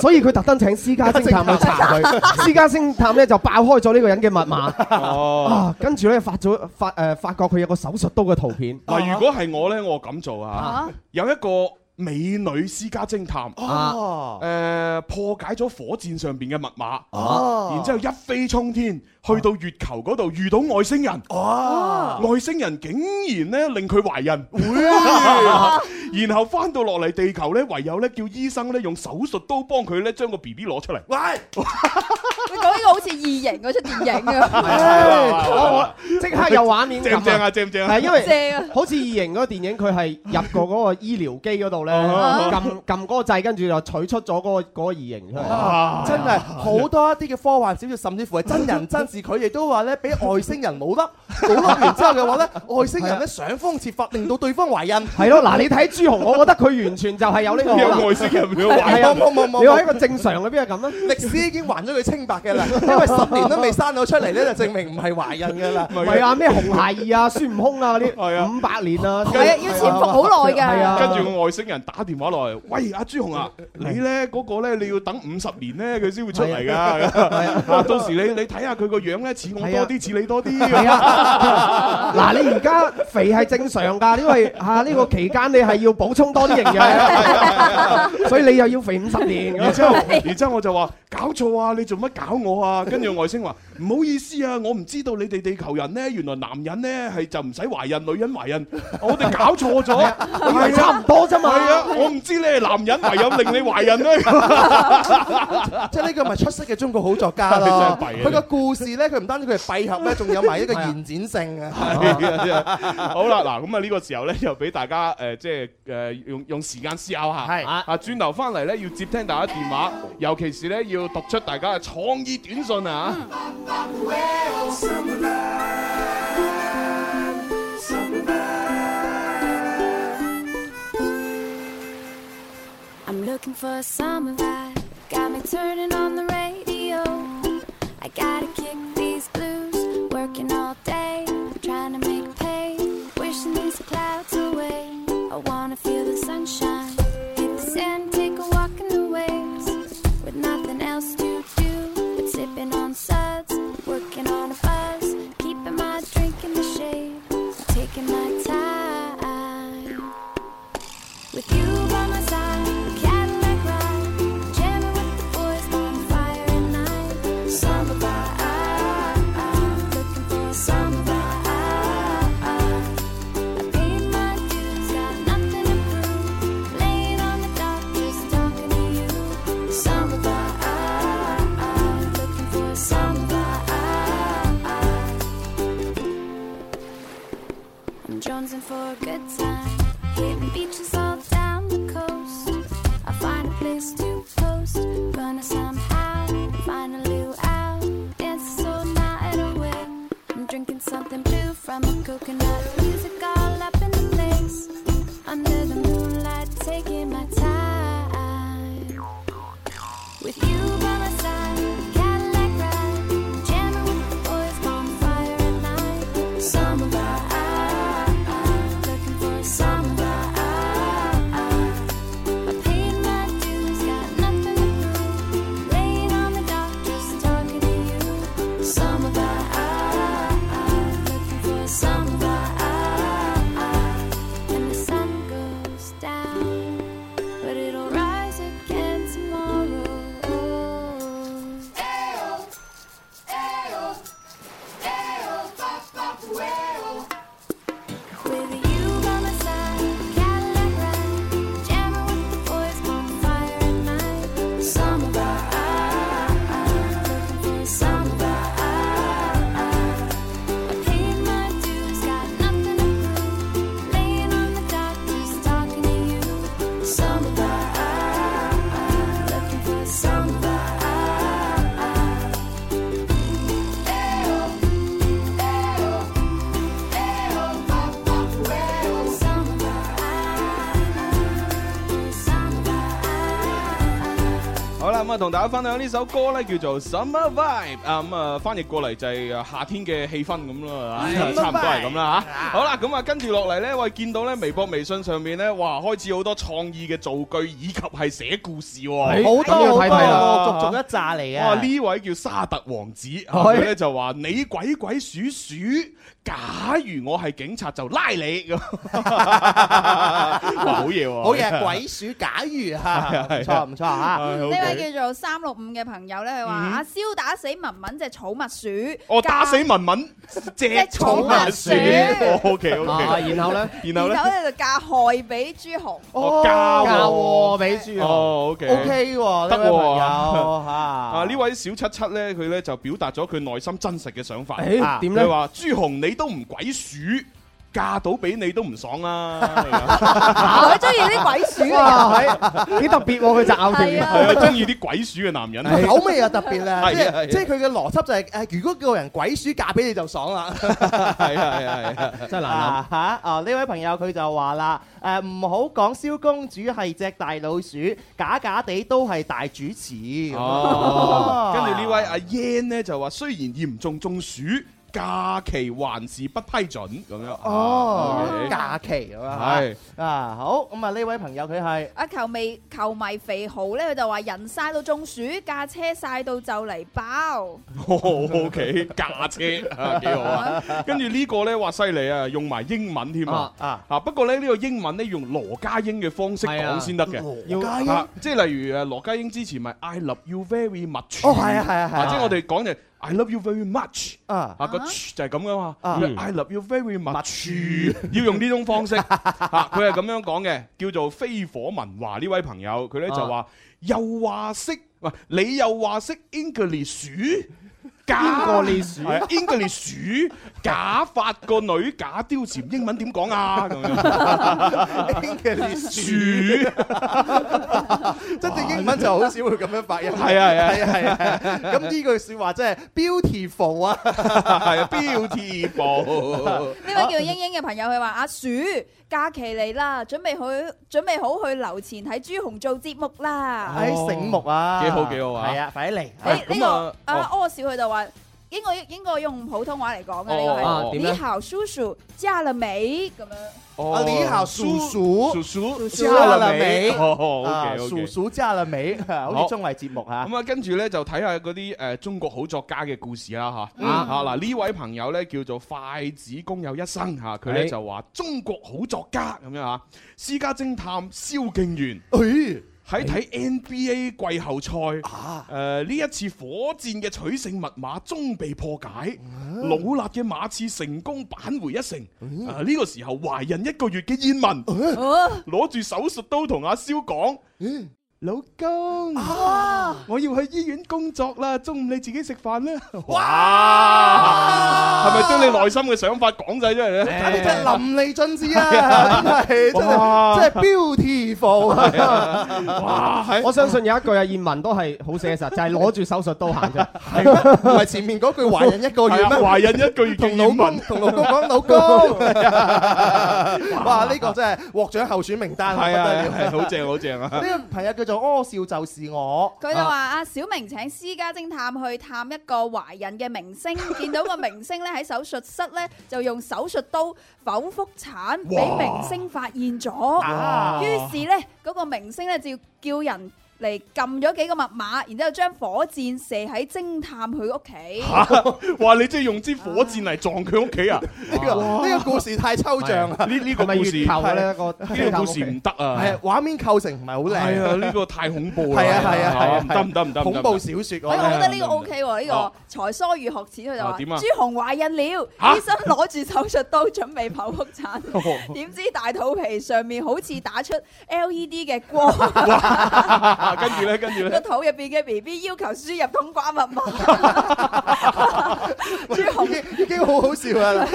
Speaker 7: 所以佢特登請私家偵探去查佢。私家偵探咧就爆開咗呢個人嘅密碼
Speaker 5: 哦。
Speaker 7: 啊，跟住咧發咗發誒發覺佢有個手術刀嘅圖片
Speaker 5: 嗱，如果係我咧，我咁做啊，
Speaker 1: 啊，
Speaker 5: 有一個美女私家偵探，
Speaker 6: 哦
Speaker 5: 誒破解咗火箭上邊嘅密碼，
Speaker 6: 哦
Speaker 5: 然之後一飛沖天，去到月球嗰度遇到外星人，
Speaker 6: 哦，
Speaker 5: 外星人竟然咧令佢懷孕， 然後翻到落嚟地球咧，唯有咧叫醫生咧用手術刀幫佢咧將個 B B 攞出嚟。
Speaker 6: 喂，
Speaker 1: 你講呢個好似異形嗰出電影啊，
Speaker 7: 唉我我即刻有畫面
Speaker 5: 正唔正
Speaker 7: 感啊！
Speaker 5: 啊？正唔正啊？
Speaker 7: 係因為。
Speaker 1: 正啊！
Speaker 7: 好似異形嗰個電影，佢係入過嗰個醫療機嗰度咧，
Speaker 5: 哦
Speaker 7: 撳撳嗰個掣，跟住就取出咗嗰個嗰個異形出嚟。
Speaker 5: 啊
Speaker 6: 真係好多一啲嘅科幻小説，甚至乎係真人真事，佢哋都話咧，俾外星人 冇笠，冇笠完之後嘅話咧，外星人咧想方設法令到對方懷孕。
Speaker 7: 係咯，嗱，你睇朱紅，我覺得佢完全就係有呢個可能。
Speaker 5: 有外星人嘅懷
Speaker 7: 係
Speaker 6: 冇
Speaker 7: 啊
Speaker 6: 冇冇冇
Speaker 7: 你話一
Speaker 6: 冇，
Speaker 7: 個正常嘅邊係咁咧？
Speaker 6: 歷史已經還咗佢清白嘅啦，因為十年都未生到出嚟咧，就證明唔係懷孕嘅啦。
Speaker 7: 唔係啊，咩紅孩 兒啊、孫悟空啊嗰
Speaker 5: 係啊
Speaker 7: 啲，五百年啊，
Speaker 1: 係啊，要潛伏好耐
Speaker 7: 係
Speaker 1: 㗎。
Speaker 7: 啊
Speaker 5: 跟住個外星人打電話落嚟，喂阿朱紅啊，你咧嗰個咧你要等五十年咧佢先會出嚟㗎， 啊到時你你睇下佢個樣咧似我多啲似你多啲，
Speaker 7: 啊 係啊，嗱，你而家肥係正常㗎，因為嚇呢個期間你係要補充多啲 營養，所以你又要肥五十年。
Speaker 5: 然之後然之後我就話搞錯啊，你做乜搞我啊？跟住外星話唔好意思啊，我唔知道你哋地球人呢，原來男人呢係就唔使懷孕，女人懷孕，我哋搞錯 咗，
Speaker 7: 啊
Speaker 5: 我以為
Speaker 7: 差唔多啫嘛。
Speaker 5: 係啊，我唔知你係男人唯有令你懷孕咧。
Speaker 6: 即係呢個咪出色嘅中國好作家 咯。
Speaker 5: 真係弊啊
Speaker 6: 佢個故事咧，佢唔單止佢係閉合咧，仲有埋一個 延展性啊。
Speaker 5: 係啊， 好啦，嗱，咁啊呢個時候咧，就俾大家誒，即係誒用用時間思考下。
Speaker 6: 係
Speaker 5: 啊，轉頭翻嚟咧，要接聽大家電話，尤其是咧要讀出大家嘅創意短信啊！
Speaker 7: 嗯
Speaker 8: I'm looking for a summer vibe. Got me turning on the radio. I gotta kick these blues. Working all day, trying to make pay. Wishing these clouds away. I wanna feel the sunshine. Hit the sand, take a walk in the waves. With nothing else to do but sipping on suds. Working on a buzz. Keeping my drink in the shade. Taking my time. With you by my side, a Cadillac ride, jamming with the boys, bonfire at night. Summer vibe, looking for a summer vibe. I paid my dues, got nothing to prove. Laying on the dock, just talking to you. Summer vibe, looking for a summer vibe. I'm jonesing for a good time. Hitting beaches all down the coast. I find a place to post. Gonna somehow find a luau. Dance all night away. I'm drinking something blue from a coconut. Music all up in the place. Under the moonlight, taking my time. With you by my side, Cadillac ride, jamming with the boys, bonfire at night. Summer vibe, looking for a summer vibe. I paid my dues, got nothing to prove. Laying on the dock, just talking to you. Summer vibe, looking for a summer vibe. When the sun goes down but it'll rise again tomorrow. With you by my side, Cadillac ride, jamming with the boys, bonfire at night. Summer vibe, looking for a summer vibe. I paid my dues, got nothing to prove. Laying on the dock, just talking to you. Summer vibe, looking for a summer vibe. Ayo, ayo. Summer
Speaker 5: 好啦，咁啊同大家分享呢首歌咧，叫做《Summer Vibe》啊，咁啊翻譯過嚟就係啊夏天嘅氣氛咁咯，啊
Speaker 7: 嗯
Speaker 5: 差唔多係咁啦吓。好啦，咁啊跟住落嚟咧，我見到咧微博、微信上面咧，哇開始好多創意嘅造句以及係寫故事喎。
Speaker 7: 哎
Speaker 6: 好多
Speaker 7: 咁要睇睇啦
Speaker 6: 好多，逐逐一扎嚟嘅。
Speaker 5: 哇！呢位叫沙特王 子，啊佢咧就話：你鬼鬼鼠鼠，假如我係警察就拉你 咁。哇！好嘢喎，啊
Speaker 6: 好嘢，鬼鼠假 如嚇，唔錯唔錯啊
Speaker 5: 唉
Speaker 6: 嚇。
Speaker 5: 好
Speaker 1: 嗯呢
Speaker 5: 嘅嗯
Speaker 1: 位叫做三六五嘅朋友咧，佢話阿蕭打死文文隻草蜜鼠，
Speaker 5: 我打死文文隻草蜜鼠。O K O
Speaker 7: 啊，
Speaker 5: K，
Speaker 7: 然後咧，
Speaker 5: 然後咧
Speaker 1: 然，後咧就嫁害俾朱紅。
Speaker 5: 哦家
Speaker 7: 嫁
Speaker 6: 哦
Speaker 7: 禍俾豬啊！
Speaker 5: 哦 O K
Speaker 6: O K 喎，呢
Speaker 5: 得
Speaker 6: 位
Speaker 5: 喎
Speaker 6: 朋友嚇。
Speaker 5: 啊呢位小七七咧，佢咧就表達咗佢內心真實嘅想法。啊
Speaker 7: 誒點
Speaker 5: 佢
Speaker 7: 咧？
Speaker 5: 話：朱紅你都唔鬼鼠，嫁到俾你都唔爽啦。啊
Speaker 1: 啊佢中意啲鬼鼠嘅
Speaker 5: 哎
Speaker 1: 人。
Speaker 7: 哇，係幾特別喎！佢隻咬
Speaker 1: 係
Speaker 7: 斷，
Speaker 1: 啊
Speaker 5: 係啊，中意啲鬼鼠嘅男人。
Speaker 6: 口味又特別啦，即
Speaker 5: 係啊係啊
Speaker 6: 係即係佢嘅邏輯就係誒，如果個人鬼鼠嫁俾你就爽啦。
Speaker 5: 係啊係啊係啊！
Speaker 7: 真係難
Speaker 9: 啊嚇！啊呢位朋友佢就話啦，誒唔好講蕭公主係只大老鼠，假假地都係大主持。啊
Speaker 5: 哦
Speaker 6: 哦
Speaker 5: 哦，跟住呢位阿 Yan 咧就話：雖然嚴重中暑，假期還是不批准咁樣。
Speaker 6: 哦
Speaker 5: 啊，OK
Speaker 6: 假期咁啊
Speaker 5: 係
Speaker 9: 啊，好咁啊！呢位朋友佢係
Speaker 1: 阿球迷球迷肥豪咧，佢就話人晒到中暑，架車晒到就嚟爆。
Speaker 5: O K，架車啊，幾好啊！跟住呢個咧，話犀利啊，用埋英文添啊！
Speaker 9: 啊
Speaker 5: 啊，不過咧呢個英文咧用羅家英嘅方式講先得嘅，
Speaker 6: 啊羅家英
Speaker 5: 啊即係例如誒羅家英之前咪 I love you very much，
Speaker 6: 哦係啊係啊係啊
Speaker 5: 即係我哋講就 I love you very much。
Speaker 6: 啊，
Speaker 5: 啊個 ch 就係咁噶嘛
Speaker 6: 啊
Speaker 5: ，I love you very much，要用呢種方 式啊，佢係咁樣講嘅，叫做飛火文華呢位朋友，佢咧
Speaker 6: 啊
Speaker 5: 就話又話識，喂你又話識 English 假 English
Speaker 6: 啊
Speaker 5: English 假髮個女假貂蟬英文點講啊？咁樣鼠
Speaker 6: 真正英文就好少會咁樣發音。
Speaker 5: 係啊係啊
Speaker 6: 係啊係啊係啊。咁呢句説話真係 beautiful 啊！
Speaker 5: 係啊，beautiful。
Speaker 1: 呢位叫英英嘅朋友，佢話阿鼠假期嚟啦，準備好準備好去樓前睇朱紅做節目
Speaker 5: 哦
Speaker 1: 啦。
Speaker 9: 喺醒目啊，
Speaker 5: 幾好幾好啊
Speaker 9: 係啊，快啲嚟
Speaker 1: 你
Speaker 5: 係
Speaker 1: 呢
Speaker 5: 咁
Speaker 1: 個
Speaker 5: 啊
Speaker 1: 阿
Speaker 5: 哦
Speaker 1: 柯少佢就話應該應該用普通話嚟講嘅
Speaker 5: 哦啊
Speaker 1: 呢個係
Speaker 5: 點
Speaker 1: 你
Speaker 7: 咧
Speaker 1: 好叔叔加了未咁樣？
Speaker 5: 哦
Speaker 6: 啊，你好，叔叔
Speaker 5: 叔，叔
Speaker 6: 加了沒
Speaker 5: 哦，OK，OK
Speaker 6: 啊，叔叔加了沒？ 好似綜藝節目嚇。
Speaker 5: 咁啊，跟住咧就睇下嗰啲誒中國好作家嘅故事啦嚇。
Speaker 7: 嗯
Speaker 5: 啊嗱，呢位朋友咧叫做筷子工有一生嚇，佢
Speaker 6: 哎
Speaker 5: 咧
Speaker 7: 係
Speaker 5: 就話中國好作家咁樣嚇。私家偵探蕭敬元
Speaker 6: 誒
Speaker 5: 喺睇 NBA 季後賽。
Speaker 6: 啊，
Speaker 5: 誒呢一次火箭嘅取勝密碼終被破解，老辣嘅馬刺成功扳回一城。啊呢個時候懷孕一個月嘅燕文
Speaker 1: 哦
Speaker 5: 攞住手術刀同阿蕭講：老公，我要去醫院工作啦，中午你自己食飯啦。哇！係咪將你內心嘅想法講晒出嚟咧？
Speaker 6: 簡直真係淋漓盡致啊！ 真 係真係
Speaker 5: 哇
Speaker 6: 真係 beautiful 啊！
Speaker 5: 哇！係
Speaker 7: 我相信有一句啊，燕文都係好寫實，就係攞住手術刀行啫。
Speaker 6: 係咩？唔係前面嗰 句懷孕一個月
Speaker 5: 係啊，
Speaker 6: 咩？
Speaker 5: 懷孕一個月嘅
Speaker 6: 同老
Speaker 5: 燕
Speaker 6: 公
Speaker 5: 文。
Speaker 6: 同老公講老 公， 哇！呢個真係獲獎候選名 單，
Speaker 5: 啊係
Speaker 6: 不
Speaker 5: 啊
Speaker 6: 得
Speaker 5: 係啊
Speaker 6: 了
Speaker 5: 係啊，好正好正啊！
Speaker 6: 呢個朋友叫做柯少就是我，啊
Speaker 1: 佢就話阿小明請私家偵探去探一個懷孕嘅明星，見到個明星咧喺手術室咧就用手術刀剖腹產，俾
Speaker 5: 哇
Speaker 1: 明星發現咗。
Speaker 9: 啊
Speaker 1: 於是咧，嗰、個明星咧就叫人嚟撳咗幾個密碼，然之後將火箭射喺偵探佢屋企。
Speaker 5: 哇！你真係用支火箭嚟撞佢屋企啊！
Speaker 6: 呢個呢個故事太抽象啊啦，
Speaker 5: 呢呢個
Speaker 7: 係咪
Speaker 5: 故
Speaker 7: 月
Speaker 5: 事
Speaker 7: 球嘅咧？個
Speaker 5: 呢個故事唔得啊！
Speaker 6: 係畫面構成唔係 好
Speaker 5: 係
Speaker 6: 靚，
Speaker 5: 啊，呢個太恐怖啦！
Speaker 6: 係啊係啊係啊
Speaker 5: 唔得唔得唔得！唔得
Speaker 6: 恐怖小説
Speaker 1: 哎我
Speaker 6: 我
Speaker 1: 覺得呢
Speaker 5: 係
Speaker 1: 個
Speaker 5: 啊
Speaker 1: O K 喎，呢個
Speaker 5: 哦
Speaker 1: 才疏與學淺佢就話
Speaker 5: 啊點啊
Speaker 1: 朱紅懷孕了，
Speaker 5: 嚇
Speaker 1: 醫生攞住手術刀準備剖腹 產，
Speaker 5: 哦
Speaker 1: 點知大肚皮上面好似打出 L E D 嘅光，
Speaker 5: 啊！ 跟住咧，跟住
Speaker 1: 個
Speaker 5: 咧，
Speaker 1: 肚入邊嘅 B B 要求輸入通關密 碼。朱
Speaker 6: 已
Speaker 1: 紅
Speaker 6: 經已經好好笑啦！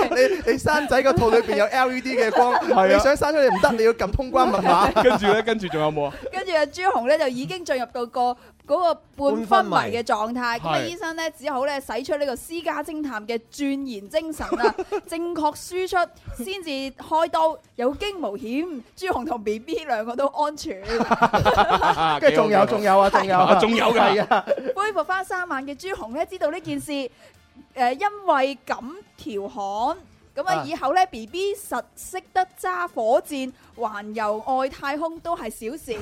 Speaker 6: 你你生仔個肚裏邊有 LED 嘅光，
Speaker 5: 啊
Speaker 6: E 你想生出嚟唔得，你要撳通關密碼。
Speaker 5: 跟住咧，跟住仲有 冇啊？
Speaker 1: 跟住阿朱紅咧就已經進入到個嗰個半昏
Speaker 7: 半昏
Speaker 1: 迷
Speaker 7: 迷
Speaker 1: 嘅狀態，咁啊
Speaker 5: 係
Speaker 1: 醫生咧只好咧使出呢個私家偵探嘅鑽研精神 啊，正確輸出先至開刀，有驚無險，朱紅同 B B 兩個都安全。
Speaker 6: 跟住仲有仲有
Speaker 8: à,
Speaker 6: 啊，仲有
Speaker 5: 啊仲有㗎
Speaker 6: 係啊，
Speaker 1: 恢復翻三晚嘅朱紅咧，知道呢件事，誒、因為咁調侃，咁啊
Speaker 6: 啊
Speaker 1: 以後咧 B B 實識得揸火箭環遊外太空都係小事。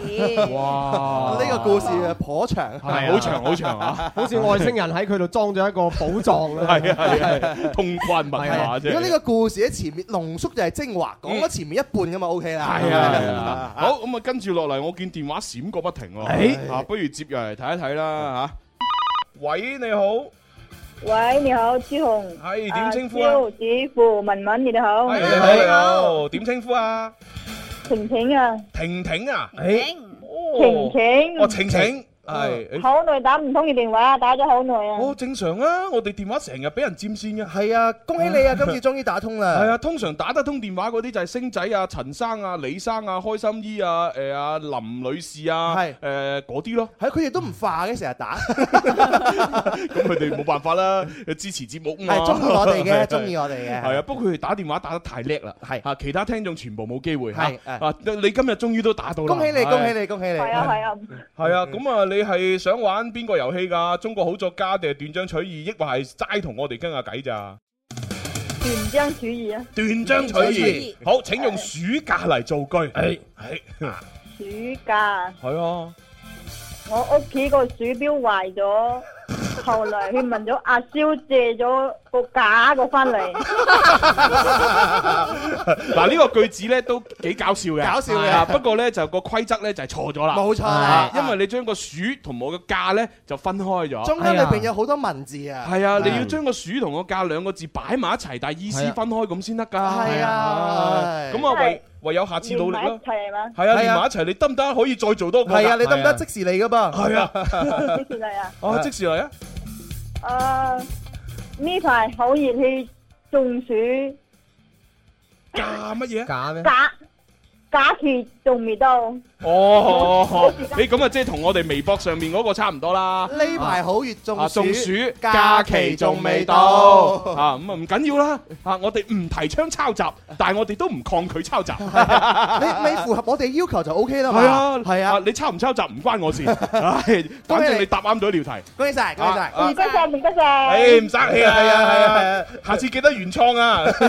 Speaker 5: 哇！
Speaker 6: 呢個故事啊頗長。
Speaker 5: 係好長好長啊！
Speaker 7: 好似外星人喺佢度裝咗一個寶藏咧。
Speaker 5: 係啊係啊，通關密
Speaker 6: 係啊
Speaker 5: 碼
Speaker 6: 如
Speaker 5: 啫。
Speaker 6: 果呢個故事喺前面濃縮就係精華，講咗前面一半咁嘛 OK 啦。
Speaker 5: 係啊係啊，好咁啊，跟住落嚟，我見電話閃過不停喎。
Speaker 7: 哎
Speaker 5: 啊，不如接入嚟睇一睇啦嚇。喂，你好，
Speaker 10: 喂，你好，朱紅。
Speaker 5: 係
Speaker 10: 啊
Speaker 5: 點稱呼啊？
Speaker 10: 蕭子父文文，你哋好。
Speaker 5: 係你好，你好，點稱呼啊？
Speaker 10: 晴晴啊，
Speaker 5: 婷婷啊，
Speaker 10: 晴
Speaker 5: 哦，
Speaker 10: 晴，
Speaker 5: 哦，晴晴係，哎
Speaker 10: 好耐打唔通你電話，打咗好耐啊。
Speaker 5: 哦，正常啊，我哋電話成日俾人佔線嘅。
Speaker 6: 係啊，恭喜你啊！今次終於打通啦。
Speaker 5: 係啊，通常打得通電話嗰啲就係星仔啊、陳生啊、李生啊、開心姨啊、誒啊林女士啊，
Speaker 6: 係
Speaker 5: 誒嗰啲咯。
Speaker 6: 係，佢哋都唔化嘅，成日打，
Speaker 5: 咁佢哋冇辦法啦，支持節目啊嘛。
Speaker 6: 係中意我哋嘅，
Speaker 5: 係
Speaker 6: 中意。我哋嘅。
Speaker 5: 係啊，不過佢哋打電話打得太叻啦，
Speaker 6: 係
Speaker 5: 啊，其他聽眾全部冇機會。
Speaker 6: 係
Speaker 5: 嚇啊，你今日終於都打到啦。
Speaker 6: 恭喜你，
Speaker 5: 係
Speaker 6: 恭喜！你，恭喜你！
Speaker 10: 係啊，係啊，
Speaker 5: 係啊，咁啊，你係想玩邊個遊戲㗎？中國好作家定係斷章取義，抑或係齋同我哋傾下偈咋？
Speaker 10: 斷章取義啊！
Speaker 11: 斷章取義。好，請用暑假嚟造句。
Speaker 5: 哎
Speaker 11: 係係，
Speaker 5: 啊
Speaker 10: 暑假
Speaker 11: 係啊。
Speaker 10: 我屋企個鼠標壞咗，後來佢問咗阿蕭借咗個假個翻嚟。
Speaker 5: 嗱呢個句子咧都幾搞笑嘅，
Speaker 6: 搞笑嘅
Speaker 5: 啊不過咧就個規則咧就係錯咗啦，
Speaker 6: 冇錯啦
Speaker 5: 啊
Speaker 6: 啊
Speaker 5: 因為你將個鼠同我嘅價咧就分開咗，
Speaker 6: 中間裏邊有好多文字啊，
Speaker 5: 係啊，你要將個鼠同個價兩個字擺埋一齊，但係意思
Speaker 6: 係啊
Speaker 5: 分開咁先得㗎。
Speaker 6: 係啊
Speaker 5: 係咁啊
Speaker 10: 係
Speaker 5: 唯唯有下次努力
Speaker 10: 連埋
Speaker 5: 咯
Speaker 10: 一。齊係嘛？
Speaker 5: 係啊，連
Speaker 6: 係
Speaker 5: 埋
Speaker 6: 啊
Speaker 5: 一齊，你得唔得？可以再做多個㗎。
Speaker 6: 係啊，你得唔得即時嚟噶噃？
Speaker 5: 係啊，
Speaker 10: 幾時嚟啊？
Speaker 5: 哦，即時嚟啊！
Speaker 10: 啊！呢排好熱氣，中暑
Speaker 5: 價乜嘢啊？
Speaker 7: 假咩？
Speaker 10: 假假期仲未到，
Speaker 5: 哦， 你咁啊，即係同我哋微博上面嗰個差唔多啦。
Speaker 6: 呢排好熱中
Speaker 5: 啊，
Speaker 6: 暑，
Speaker 5: 中暑假期仲未到啊，咁啊唔緊要啦，啊我哋唔提倡抄襲，但係我哋都唔抗拒抄襲。
Speaker 6: 你你符合我哋要求就 O K 啦嘛。
Speaker 5: 係啊，
Speaker 6: 啊係啊，
Speaker 5: 你抄唔抄襲唔關我事，唉反正你答啱咗呢條題。
Speaker 6: 恭喜晒，恭喜晒。
Speaker 10: 唔該晒，唔該晒，
Speaker 11: 誒唔使氣啊，係啊係啊，下次記得原創啊。
Speaker 10: 知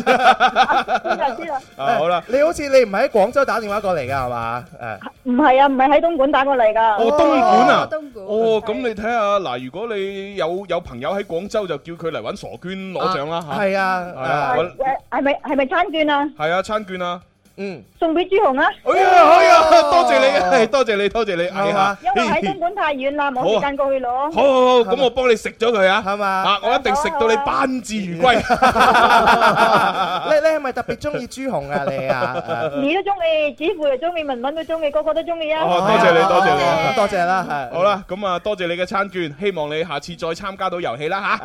Speaker 10: 啦知啦，
Speaker 11: 啊好啦，
Speaker 6: 你好似你唔係喺廣州打電話過嚟㗎係嘛？誒，
Speaker 10: 唔係啊，唔係喺東莞打過嚟
Speaker 5: 哦，
Speaker 10: 㗎，
Speaker 5: 東莞啊，
Speaker 1: 東莞
Speaker 5: 哦咁你睇下嗱，如果你有有朋友喺廣州，就叫佢嚟揾傻娟攞獎啦嚇。
Speaker 6: 係
Speaker 5: 係啊
Speaker 6: 啊，誒
Speaker 5: 我
Speaker 10: 喂係咪係咪餐券啊？
Speaker 5: 係啊，餐券啊。
Speaker 6: 嗯，哦
Speaker 10: 送俾朱紅啊！
Speaker 5: 哎呀，哎呀，多謝你，係 多謝你，多謝你，哎呀
Speaker 6: 啊
Speaker 10: 因為喺東莞太遠啦，冇時間過去攞。
Speaker 5: 好好好，咁我幫你食咗佢啊！
Speaker 6: 係嘛？
Speaker 5: 啊，我一定食到你賓至如歸。
Speaker 6: 你你係咪特別中意朱紅啊？你啊？
Speaker 10: 你都中意，子父又中意，文文都中意，個個都中意啊！
Speaker 5: 哦，多謝你，多謝你。
Speaker 6: 你，多謝啦，係。
Speaker 5: 好啦，咁啊，多謝你嘅餐券，希望你下次再參加到遊戲啦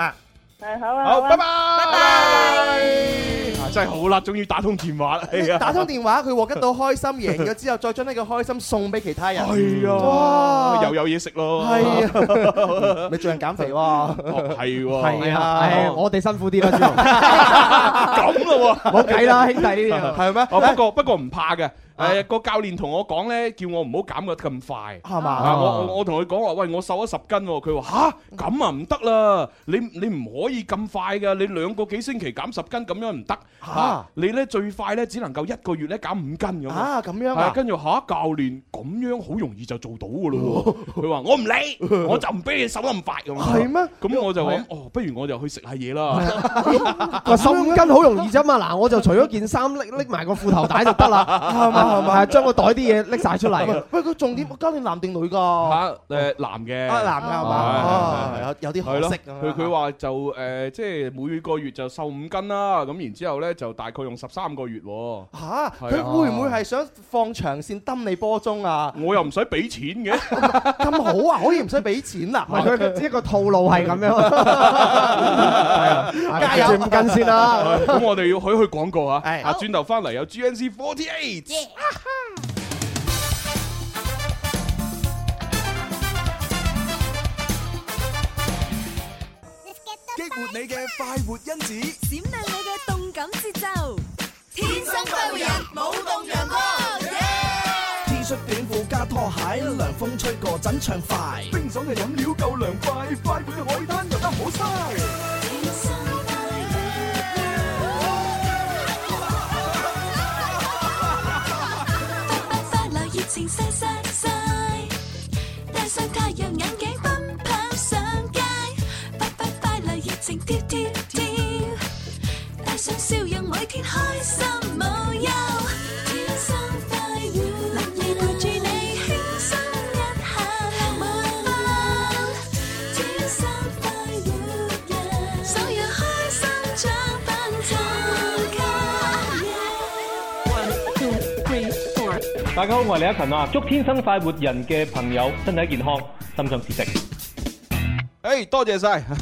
Speaker 5: 吓。
Speaker 10: 係好啊，
Speaker 5: 好，
Speaker 10: 啊
Speaker 5: 拜拜，拜拜。真係好啦，終於打通電話啦， 係啊，
Speaker 6: 打通電話，佢獲得到開心，贏咗之後，再將呢個開心送俾其他人。
Speaker 5: 係啊，
Speaker 6: 哇
Speaker 5: 又有嘢食咯，
Speaker 6: 係啊，你最近減肥喎。
Speaker 5: 哦，係喎，
Speaker 7: 係啊，誒，我哋辛苦啲啦， 朱紅，
Speaker 5: 咁咯喎。
Speaker 7: 冇計啦，兄弟 呢啲啊。
Speaker 6: 係咩？
Speaker 5: 哦，不過不過唔怕嘅，誒個教練同我講咧，叫我唔好減得咁快。
Speaker 6: 係
Speaker 5: 啊！
Speaker 6: 嘛？
Speaker 5: 我我我同佢講話，喂，我瘦咗十斤喎。佢話吓，咁啊唔得啦，你你唔可以咁快噶，你兩個幾星期減十斤咁樣唔得
Speaker 6: 嚇
Speaker 5: 啊！你咧最快咧只能夠一個月咧減五斤咁樣。
Speaker 6: 啊，咁樣
Speaker 5: 係
Speaker 6: 啊？
Speaker 5: 跟住吓教練咁樣好容易就做到噶咯喎。 佢話我唔理，我就唔俾你瘦得咁快咁。
Speaker 6: 係咩？
Speaker 5: 咁我就諗，哦，不如我就去食下嘢啦。
Speaker 7: 話十五斤好容易啫嘛，嗱，我就除咗件衫拎拎埋個褲頭帶就得啦，係
Speaker 6: 嘛係嘛
Speaker 7: 嘛，將個袋啲嘢 拎晒 出嚟。
Speaker 6: 喂，個重點，教練男定女㗎？
Speaker 5: 吓誒男嘅。
Speaker 6: 啊，男㗎係嘛？
Speaker 5: 係係
Speaker 6: 哦，有有啲
Speaker 5: 係
Speaker 6: 可
Speaker 5: 咯，
Speaker 6: 惜咁樣
Speaker 5: 佢佢話就誒，即係每個月就瘦五斤啦，咁然之後咧就大概用十三個月喎，我
Speaker 6: 嚇，
Speaker 5: 係啊
Speaker 6: 佢會唔會係想放長線揼你波鐘啊？
Speaker 5: 又唔使俾錢嘅，
Speaker 6: 咁好啊，可以唔使俾錢啊
Speaker 7: 唔？係佢一個套路係咁 樣，
Speaker 6: 加油
Speaker 7: 住五斤先啦。
Speaker 5: 咁我哋要去去廣告啊！
Speaker 6: 係
Speaker 5: 啊，轉頭翻嚟有 GNC Forty Eight，
Speaker 2: 激活你嘅快活因子。
Speaker 8: 闪亮你嘅动感节奏，天生快活人，舞动阳光。
Speaker 3: T 恤短褲加拖鞋，涼風吹過陣暢快。冰爽嘅飲料夠涼快，快活嘅海灘游得好晒。
Speaker 8: 天生快活人，快樂熱情曬曬曬，戴上太陽眼鏡奔跑上街，快快快樂熱情跳跳跳，帶上笑容每天開心無憂，天生快活人，樂意陪住你輕鬆一下無分。天生快活人，想要開心獎品就給你。
Speaker 3: 大家好，我係李克勤啊！祝天生快活人嘅朋友身體健康，心想事成。
Speaker 5: 誒多謝晒。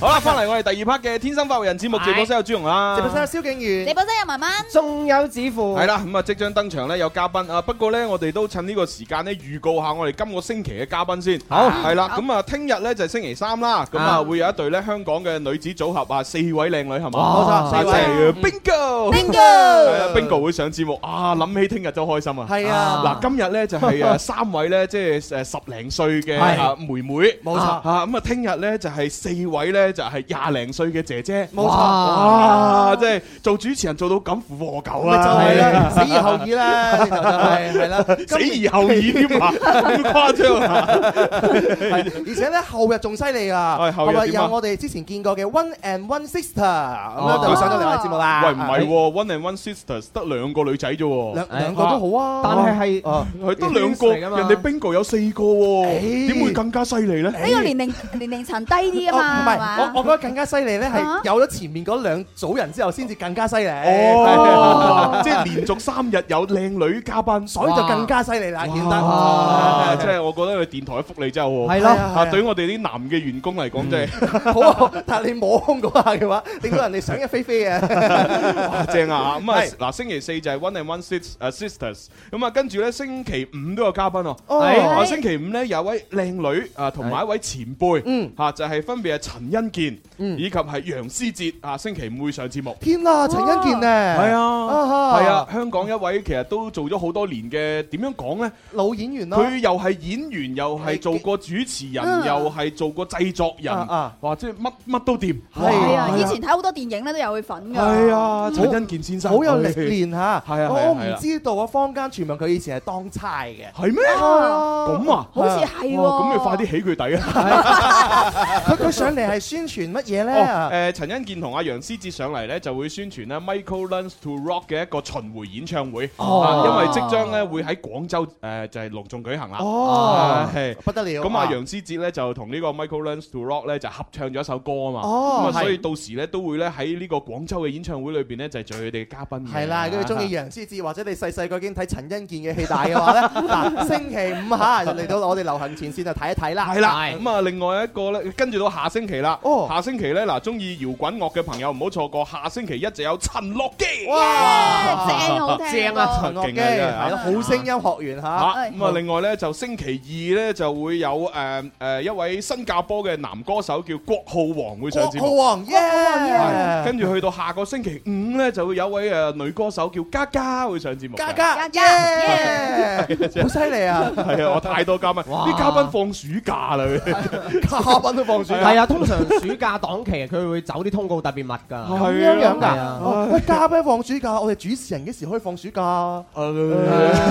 Speaker 5: 好啦，翻嚟我哋第二 part 嘅天生發育人節目直播室有朱容啦，
Speaker 6: 直播室有蕭敬
Speaker 1: 你
Speaker 6: 遠，
Speaker 1: 本身有文文，
Speaker 7: 仲有指父
Speaker 5: 係，啦，咁啊即將登場咧有嘉賓啊，不過咧我哋都趁呢個時間咧預告下我哋今個星期嘅嘉賓先。好，係啦，咁啊聽日咧就係星期三啦，咁啊
Speaker 7: 啊
Speaker 5: 會有一隊咧香港嘅女子組合啊，四位靚女係嘛？
Speaker 7: 冇錯
Speaker 5: 啊
Speaker 6: 四位
Speaker 5: 即係 bingo。係啊
Speaker 1: Bingo，
Speaker 5: ，bingo 會上節目啊，諗起聽日都開心啊！
Speaker 6: 係啊，
Speaker 5: 嗱，今日咧就係誒三位咧，即係誒十零歲嘅
Speaker 7: 係
Speaker 5: 啊妹妹，
Speaker 6: 冇錯
Speaker 5: 啊咁啊，聽日咧就係四位咧就係廿零歲嘅姐姐，
Speaker 6: 冇錯
Speaker 5: 哇！即係做主持人做到咁符和狗啊，
Speaker 6: 咪就係啦死而後已啦呢就真係 係啦
Speaker 5: 死而後已 添啊，咁誇張啊！
Speaker 6: 而且咧後日仲犀利啊！
Speaker 5: 係後日點啊
Speaker 6: 有我哋之前見過嘅 One and One Sister 咁樣就上咗嚟我哋節目啦。
Speaker 5: 喂，唔係喎，One and One Sisters 得兩個女仔啫喎，
Speaker 6: 兩兩個都好啊，
Speaker 7: 但係係
Speaker 5: 係得兩個，
Speaker 7: 嚟㗎嘛
Speaker 5: 人哋 bingo 有四個喎，點會更加犀利呢？
Speaker 1: 呢個年齡年齡層低啲啊
Speaker 6: 哦
Speaker 1: 嘛，
Speaker 6: 唔
Speaker 1: 係嘛？
Speaker 6: 係，我我覺得更加犀利咧，
Speaker 1: 啊
Speaker 6: 係有咗前面嗰兩組人之後，先至更加犀利。
Speaker 5: 哦，即係連續三日有靚女嘉賓，
Speaker 6: 所以就更加犀利啦，顯
Speaker 5: 哇！即哦
Speaker 6: 得。
Speaker 5: 係我覺得佢電台嘅福利真係好，
Speaker 6: 啊係咯嗯
Speaker 5: 啊對於我哋啲男嘅員工嚟講真係
Speaker 6: 好啊！但係你摸胸嗰下嘅話，令到人哋想一飛飛啊！
Speaker 5: 哇正啊！咁啊
Speaker 6: 係
Speaker 5: 嗱，星期四就係 One and One Sis 誒 Sisters，咁啊跟住咧星期五都有嘉賓喎，
Speaker 6: 哦
Speaker 5: 啊
Speaker 6: 係
Speaker 5: 星期五咧有位靚女啊同埋一位前
Speaker 6: 嗯
Speaker 5: 輩，嚇就係分別係陳欣健以及係楊思哲啊，星期五會上節目。
Speaker 6: 天啊，陳欣健咧，
Speaker 5: 係啊，
Speaker 6: 哈
Speaker 5: 係啊，，香港一位其實都做咗好多年嘅，點樣講呢？
Speaker 6: 老演員咯，
Speaker 5: 佢又係演員，又係做過主持人，
Speaker 1: 嗯
Speaker 5: 又係做過製作人
Speaker 6: 啊啊，
Speaker 5: 哇！即係乜乜都掂。
Speaker 1: 係啊，
Speaker 5: 哇
Speaker 1: 以前睇好多電影咧都有佢份㗎。
Speaker 5: 係啊，陳欣健先生
Speaker 6: 哦好有歷練嚇。
Speaker 5: 係啊係啊
Speaker 6: 我我
Speaker 5: 係
Speaker 6: 唔
Speaker 5: 啊
Speaker 6: 知道啊，坊間傳聞佢以前係當差嘅。
Speaker 5: 係咩？咁啊，
Speaker 1: 好似係喎
Speaker 5: 哇咁你快啲起佢底啊！
Speaker 6: 啊佢佢上嚟係宣傳乜嘢
Speaker 5: 哦
Speaker 6: 咧？
Speaker 5: 誒，陳欣健同阿楊思哲上嚟咧，就會宣傳咧 Michael Learns to Rock 嘅一個巡迴演唱會，
Speaker 6: 哦
Speaker 5: 啊因為即將咧會喺廣州誒就係隆重舉行啦。
Speaker 6: 哦
Speaker 5: 啊，係
Speaker 6: 不得了。
Speaker 5: 咁啊，楊思哲咧就同呢個 Michael Learns to Rock 咧就合唱咗一首歌啊嘛，咁
Speaker 6: 哦
Speaker 5: 啊，所以
Speaker 6: 係
Speaker 5: 到時咧都會咧喺呢個廣州嘅演唱會裏邊咧就係做佢哋嘅嘉賓嘅。啊
Speaker 6: 係啦，如果你中意楊思哲或者你細細個已經睇陳欣健嘅戲大嘅話 咧，嗱星期五嚇就嚟到我哋流行前線就睇一睇啦。
Speaker 5: 係啦，咁啊，另外一個咧，跟住到下星期啦。
Speaker 6: 哦
Speaker 5: 下星期咧，嗱，中意搖滾樂嘅朋友唔好錯過，下星期一就有陳樂基。
Speaker 6: 哇
Speaker 1: 正好聽
Speaker 7: 正
Speaker 1: 啊
Speaker 6: 陳樂基
Speaker 5: 勁啊真係
Speaker 6: 係咯，好聲音學員
Speaker 5: 嚇
Speaker 6: 嚇，
Speaker 5: 咁啊，另外咧就星期二咧就會有誒誒一位新加坡嘅男歌手叫郭浩王會上節
Speaker 6: 國
Speaker 5: 目。
Speaker 6: 王
Speaker 5: 係
Speaker 6: 耶，
Speaker 5: 跟住去到下個星期五咧，就會有位誒女歌手叫嘉嘉會上節目嘅。
Speaker 6: 嘉嘉
Speaker 1: 嘉嘉
Speaker 6: 耶，好犀利啊！
Speaker 5: 係啊，我太多嘉賓，啲嘉賓放暑假啦。
Speaker 6: 嘉賓都放暑假，
Speaker 7: 係啊，通常暑假檔期佢會走啲通告特別密㗎。
Speaker 6: 咁樣樣㗎
Speaker 7: 係啊。
Speaker 6: 哦喂，嘉賓放暑假，我哋主持人幾時可以放暑假啊？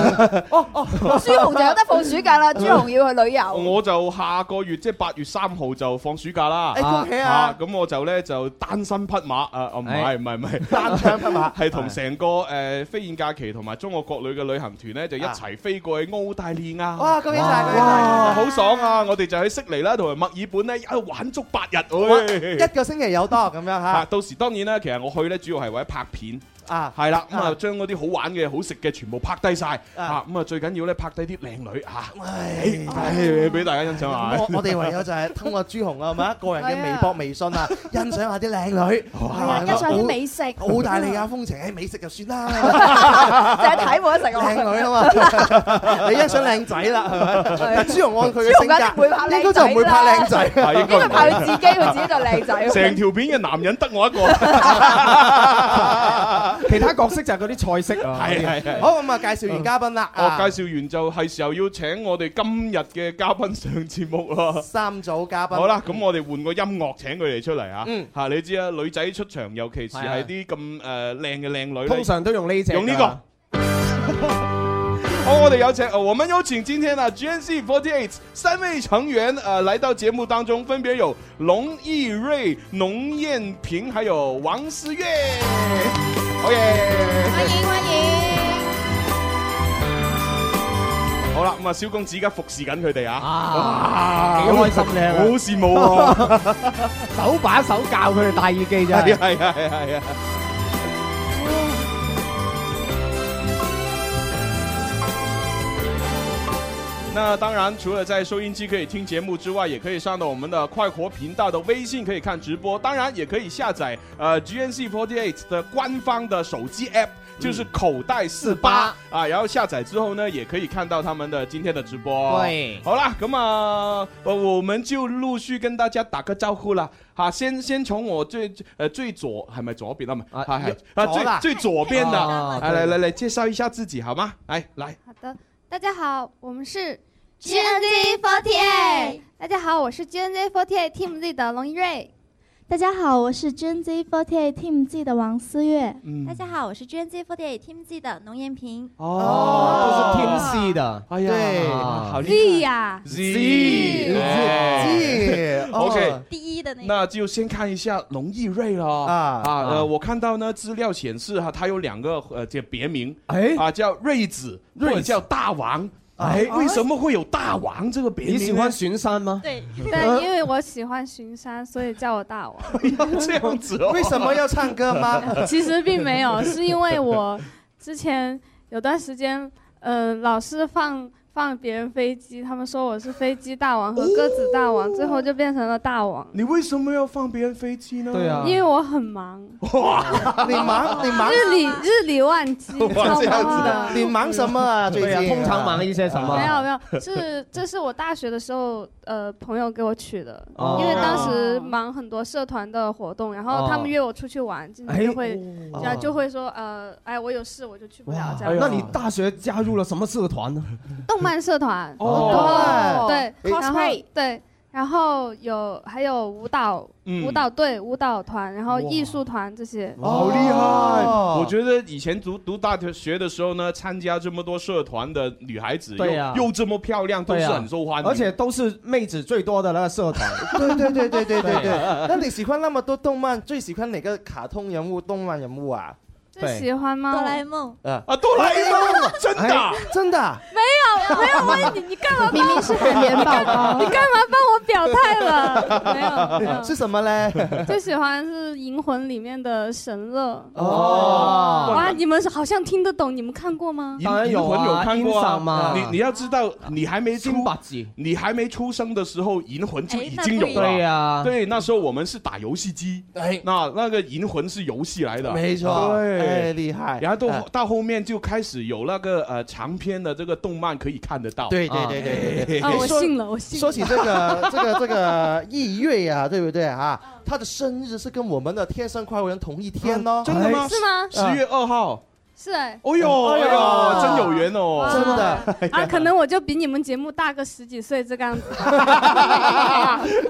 Speaker 1: 朱紅就有得放暑假啦，朱紅要去旅遊。
Speaker 5: 我就下個月即係八月三號就放暑假啦。
Speaker 6: 誒恭喜
Speaker 5: 啊
Speaker 6: 啊！
Speaker 5: 咁我就咧就單身匹馬啊，哦唔係唔係唔係，
Speaker 6: 單槍匹馬。
Speaker 5: 係同成個誒飛燕假期同埋中國國旅嘅旅行團咧，就一齊飛過去澳大利亞。
Speaker 6: 啊哇！恭喜晒，恭喜
Speaker 5: 哇，
Speaker 6: 晒！
Speaker 5: 好爽啊！我哋就喺悉尼啦，同埋墨爾本咧，一路玩足八日。
Speaker 6: 啊一
Speaker 5: 喂
Speaker 6: 個星期有多咁樣
Speaker 5: 啊，
Speaker 6: 嚇
Speaker 5: 到時當然啦，其實我去咧主要係為咗拍片。
Speaker 6: 啊！
Speaker 5: 係啦，咁啊
Speaker 6: 啊
Speaker 5: 將嗰啲好玩嘅、好食嘅全部拍低晒，啊
Speaker 6: 啊
Speaker 5: 咁啊最緊要咧拍低啲靚女嚇，
Speaker 6: 唉
Speaker 5: 唉俾大家欣賞下。
Speaker 6: 我我哋唯有就係通過朱紅啊，係咪啊？個人嘅微博、微信啊，欣賞下啲靚女，
Speaker 1: 係啊，
Speaker 6: 係
Speaker 1: 加上啲美食，就
Speaker 6: 澳大利亞 風情，唉，美食就算啦，
Speaker 1: 係睇冇得食
Speaker 6: 靚
Speaker 1: 喎。
Speaker 6: 女啊嘛，你欣賞靚仔啦，係咪？但朱紅按佢嘅
Speaker 1: 朱紅
Speaker 6: 性
Speaker 1: 梗係唔
Speaker 6: 格，
Speaker 1: 會拍
Speaker 6: 應
Speaker 1: 靚
Speaker 6: 該就唔會
Speaker 1: 仔
Speaker 6: 拍靚
Speaker 1: 啦，
Speaker 6: 仔。
Speaker 5: 係應
Speaker 1: 因為
Speaker 5: 該
Speaker 1: 拍佢自己，佢自己就靚仔喎。
Speaker 5: 成條片嘅男人得我一個，
Speaker 7: 其他角色就係嗰啲菜式啊。
Speaker 5: 係係係。
Speaker 6: 好，咁啊，介紹完嘉賓啦，
Speaker 5: 我介紹完就係時候要請我哋今日嘅嘉賓上節目啦。
Speaker 6: 三組嘉賓。
Speaker 5: 好啦，咁我哋換個音樂請佢哋出嚟嚇
Speaker 6: 嗯，
Speaker 5: 嚇你知啊，女仔出場，尤其是係啲咁誒靚嘅靚女
Speaker 7: 通
Speaker 5: 咧，
Speaker 7: 常都用呢只㗎。
Speaker 5: 用呢個。好，我哋有請，呃我們有請今天呢 GNC48 三位成员，呃，来到节目当中，分别有龙易瑞、农艳萍，还有王思月。好耶！
Speaker 1: 歡迎歡迎，
Speaker 5: 好啦，咁啊，萧公子而家服侍緊佢哋啊，
Speaker 7: 啊，幾開心咧！
Speaker 5: 好羨慕喎！
Speaker 7: 手把手教佢哋戴耳機啫。
Speaker 5: 係啊，係啊，係啊，係啊！那当然，除了在收音机可以听节目之外，也可以上到我们的快活频道的微信可以看直播，当然也可以下载呃 GNC48 的官方的手机 app。就是口袋四八啊，然后下载之后呢，也可以看到他们的今天的直播。
Speaker 7: 对
Speaker 5: 好啦，咁啊，呃我们就陆续跟大家打个招呼啦。哈、先先从我最呃最左，系咪左边啊？唔
Speaker 7: 啊
Speaker 5: 係係
Speaker 6: 左
Speaker 5: 啊，
Speaker 6: 啦
Speaker 5: 最最左边的，
Speaker 7: 啊
Speaker 5: 来来来来，介绍一下自己好吗？来来，
Speaker 8: 好的，大家好，我们是
Speaker 12: GNZ48。大家好，我是 GNZ48 Team Z 的龙一瑞。
Speaker 13: 大家好，我是 GNZ48 Team G 的王思月。
Speaker 5: 嗯
Speaker 14: 大家好，我是 GNZ48 Team Z 的农艳萍。
Speaker 7: 哦，都是 Team C 的，
Speaker 6: 哎
Speaker 7: 呀，啊
Speaker 5: 啊
Speaker 6: 好
Speaker 14: 对呀
Speaker 5: Z，哎
Speaker 14: Z，哦
Speaker 5: OK，
Speaker 14: 第一的那个
Speaker 5: 那就先看一下龙易瑞了啊啊，呃，我看到呢资料显示哈，他有两个呃这别名，哎啊叫瑞子，或者叫大王。哎，为什么会有大王这个别名？
Speaker 7: 你喜欢巡山吗？
Speaker 5: 对
Speaker 12: 对，因为我喜欢巡山，所以叫我大王。？
Speaker 5: 这样子 哦。
Speaker 6: 为什么要唱歌吗
Speaker 12: 其实并 没有，是因为我之前有段时间，呃，老是放放别人飞机，他们说我是飞机大王和鸽子大王，最后就变成了大王。
Speaker 5: 你为什么要放别人飞机呢？
Speaker 12: 对啊因为我很忙，
Speaker 6: 你忙你忙
Speaker 12: 日理日理万机，超忙的。
Speaker 6: 你忙什么啊？最
Speaker 7: 对啊
Speaker 6: 近
Speaker 7: 通常忙一些什么
Speaker 12: 没有没有，是这是我大学的时候，呃，朋友给我取的，
Speaker 7: 哦
Speaker 12: 因为当时忙很多社团的活动，然后他们约我出去玩，经常就会，
Speaker 7: 哎
Speaker 12: 然后就会说，呃，哎，我有事我就去不了这
Speaker 7: 哎
Speaker 12: 样。
Speaker 7: 那你大学加入了什么社团呢？
Speaker 12: 动漫社团，
Speaker 7: 哦
Speaker 12: 对
Speaker 7: 哎
Speaker 12: 然后
Speaker 7: cosplay
Speaker 12: 对，然后有还有舞蹈
Speaker 5: 嗯
Speaker 12: 舞蹈队、舞蹈团，然后艺术团这些。
Speaker 5: 好厉害！我觉得以前读读大学的时候呢，参加这么多社团的女孩子，
Speaker 7: 对啊
Speaker 5: 又又这么漂亮，都
Speaker 7: 对
Speaker 5: 是
Speaker 7: 啊
Speaker 5: 很受欢迎。
Speaker 7: 而且都是妹子最多的那个社团。
Speaker 6: 对对对对对对
Speaker 7: 对啊
Speaker 6: 对。那你喜欢那么多动漫，最喜欢哪个卡通人物、动漫人物啊？
Speaker 12: 最喜欢吗？哆啦 A 梦。
Speaker 6: 啊
Speaker 5: 啊，哆啦 A 梦，真的啊
Speaker 6: 哎真的啊。
Speaker 12: 没有没有，我问你，你干嘛帮我？
Speaker 6: 明明是海绵宝宝
Speaker 12: 你干嘛帮我表态了？没有。
Speaker 6: 是什么嘞？
Speaker 12: 最喜欢是《银魂》里面的神乐
Speaker 5: 哦
Speaker 12: 哇！你们是好像听得懂，你们看过吗？
Speaker 5: 银银魂有看过啊
Speaker 7: 音嗓嘛
Speaker 5: 你你要知道，你还没出你还没出生的时候，银魂就已经有
Speaker 7: 哎那不一
Speaker 5: 了。
Speaker 7: 样对啊
Speaker 5: 对，那时候我们是打游戏机，那那个银魂是游戏来的，
Speaker 6: 没错哎
Speaker 5: 对，
Speaker 6: 厉害
Speaker 5: 然后到
Speaker 12: 哦
Speaker 6: 哎
Speaker 5: 到后面就开始有那个呃长篇的这个动漫可以看得到。
Speaker 6: 对对对
Speaker 5: 哎
Speaker 6: 对对对。
Speaker 12: 啊，我
Speaker 6: 说
Speaker 12: 信了，我信了。
Speaker 6: 说起这 个这个这个易月啊，对不对啊？他的生日是跟我们的天生快活人同一天哦，
Speaker 5: 啊真的吗？
Speaker 12: 是吗
Speaker 5: 十月二号。
Speaker 12: 是哎，
Speaker 5: 哦呦，哎呦，真有缘哦！
Speaker 12: 哇
Speaker 5: 真的，
Speaker 12: 啊，可能我就比你们节目大个十几岁这 个样子。嗯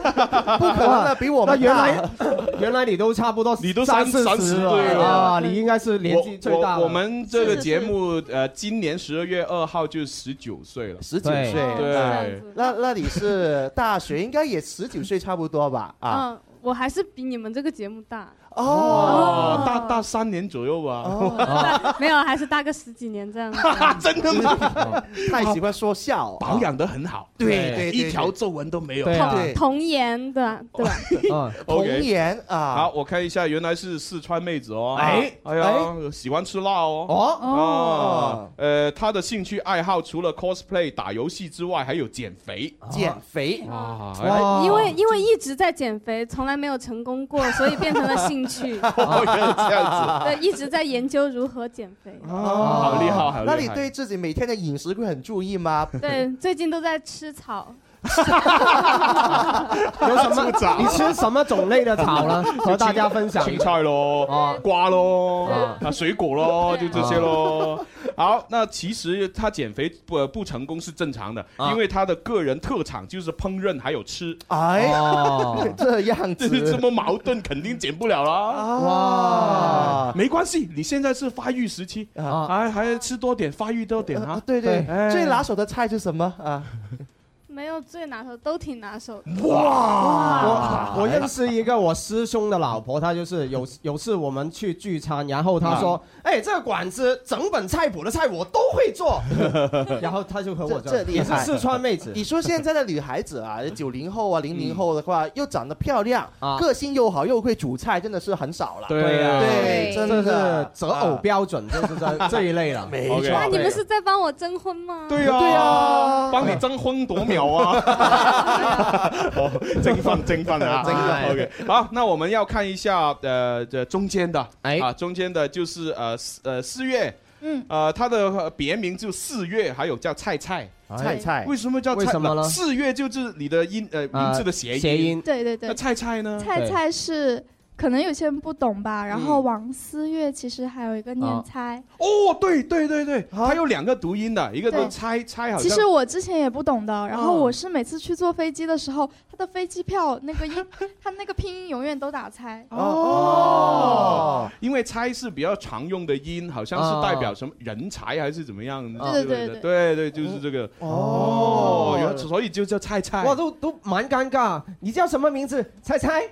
Speaker 6: 不可能的，比我
Speaker 7: 那
Speaker 6: 们
Speaker 7: 原
Speaker 6: 大。
Speaker 7: 来 原来你都差不多，
Speaker 5: 你都
Speaker 7: 三
Speaker 5: 三三
Speaker 7: 十
Speaker 5: 十
Speaker 7: 了
Speaker 5: 对了
Speaker 7: 啊，你应该是年
Speaker 5: 我
Speaker 7: 纪最大
Speaker 5: 我
Speaker 7: 了
Speaker 5: 我们这个
Speaker 7: 是是
Speaker 5: 节目呃，今年十二月二号就十九岁了，
Speaker 6: 十九岁，啊
Speaker 5: 对，
Speaker 6: 那那你是大学，应该也十九岁差不多吧？啊，
Speaker 12: 嗯，我还是比你们这个节目大，
Speaker 5: 哦，大大三年左右 吧，
Speaker 12: 没有，还是大个十几年这样。
Speaker 5: 哦 真的吗？
Speaker 6: 太喜欢说笑，
Speaker 5: 保养得很好，
Speaker 6: 对对对
Speaker 5: 一条皱纹都没有，
Speaker 6: 对啊对
Speaker 12: 童颜的，对
Speaker 5: 哦
Speaker 12: 吧？
Speaker 5: OK
Speaker 6: 童颜啊
Speaker 5: 好，我看一下，原来是四川妹子哦。
Speaker 6: 哎
Speaker 5: 哎呀，喜欢吃辣哦。
Speaker 6: 哦
Speaker 5: 啊，呃，她的兴趣爱好除了 cosplay 打游戏之外，还有减肥。啊哎
Speaker 6: 减肥
Speaker 5: 哇
Speaker 12: 哇因为因为一直在减肥，从来没有成功过，所以变成了兴趣。
Speaker 5: 哦原来这样哦
Speaker 12: 对，一直在研究如何减肥。
Speaker 5: 好厉害好厉害
Speaker 6: 那你对自己每天的饮食会很注意吗？
Speaker 12: 对，最近都在吃草。
Speaker 7: 有什么？你吃什么种类的 草呢？和大家分享。
Speaker 5: 青菜咯，瓜咯，啊，水果咯，就这些咯。好，那其实她减肥不呃不成功是正常的，
Speaker 6: 啊
Speaker 5: 因为她的个人特长就是烹饪还有吃。
Speaker 6: 哎
Speaker 5: 哦，
Speaker 6: 这样
Speaker 5: 这
Speaker 6: 子
Speaker 5: 是这么矛盾，肯定减不了
Speaker 6: 啊
Speaker 5: 啦。哇，没关系，你现在是发育时期，还还吃多点，发育多点啊。
Speaker 6: 啊对对，
Speaker 5: 哎
Speaker 6: 最拿手的菜是什么啊？
Speaker 12: 没有最拿手，都挺拿手的。
Speaker 7: 哇！我我认识一个我师兄的老婆，她就是有有次我们去聚餐，然后她 说：“哎，这个馆子整本菜谱的菜我都会做。”然后她就和我
Speaker 6: 这这
Speaker 7: 讲，
Speaker 6: 厉
Speaker 7: 也是
Speaker 6: 害，
Speaker 7: 四川妹子。嗯
Speaker 6: 你说现在的女孩 子啊，九零后啊，零零后的话，又长得漂亮，个性又好，又会煮菜，真的是很少了。
Speaker 7: 啊对啊
Speaker 6: 对，真
Speaker 7: 这是
Speaker 6: 的啊
Speaker 7: 择偶标准，就是这这一类了。
Speaker 6: 没
Speaker 5: 错
Speaker 12: 那你们是在帮我征婚吗？
Speaker 5: 对啊，
Speaker 6: 对啊
Speaker 5: 帮你争婚夺秒啊！哦，争分争分 啊，
Speaker 6: 争分
Speaker 5: OK，好，那我们要看一下呃，这中间的，哎啊，中间的就是呃四呃四月，
Speaker 15: 嗯，
Speaker 5: 呃，他的呃别名就四月，还有叫菜菜。
Speaker 6: 菜菜
Speaker 5: 为什么叫
Speaker 7: 为
Speaker 5: 菜
Speaker 7: 什么呢
Speaker 5: 四月就是你的音呃名字的谐音，
Speaker 7: 谐音
Speaker 13: 对对对
Speaker 5: 那菜菜呢？
Speaker 13: 菜菜是可能有些人不懂吧。然后
Speaker 5: 嗯
Speaker 13: 王思月其实还有一个
Speaker 5: 啊
Speaker 13: 念猜，
Speaker 5: 哦，对对对对，它有两个读音的，一个
Speaker 13: 对
Speaker 5: 读猜猜好像。
Speaker 13: 其实我之前也不懂的，然后
Speaker 5: 哦
Speaker 13: 我是每次去坐飞机的时候，他的飞机票那个 音，他那个拼音永远都打猜。
Speaker 5: 哦，因为猜是比较常用的音，好像是代表什么人才还是怎么样之
Speaker 7: 啊
Speaker 5: 类的？
Speaker 7: 对对
Speaker 5: 对对，就是这个。哦，原来所以就叫猜猜。
Speaker 7: 哇，都都蛮尴尬。你叫什么名字？猜 猜。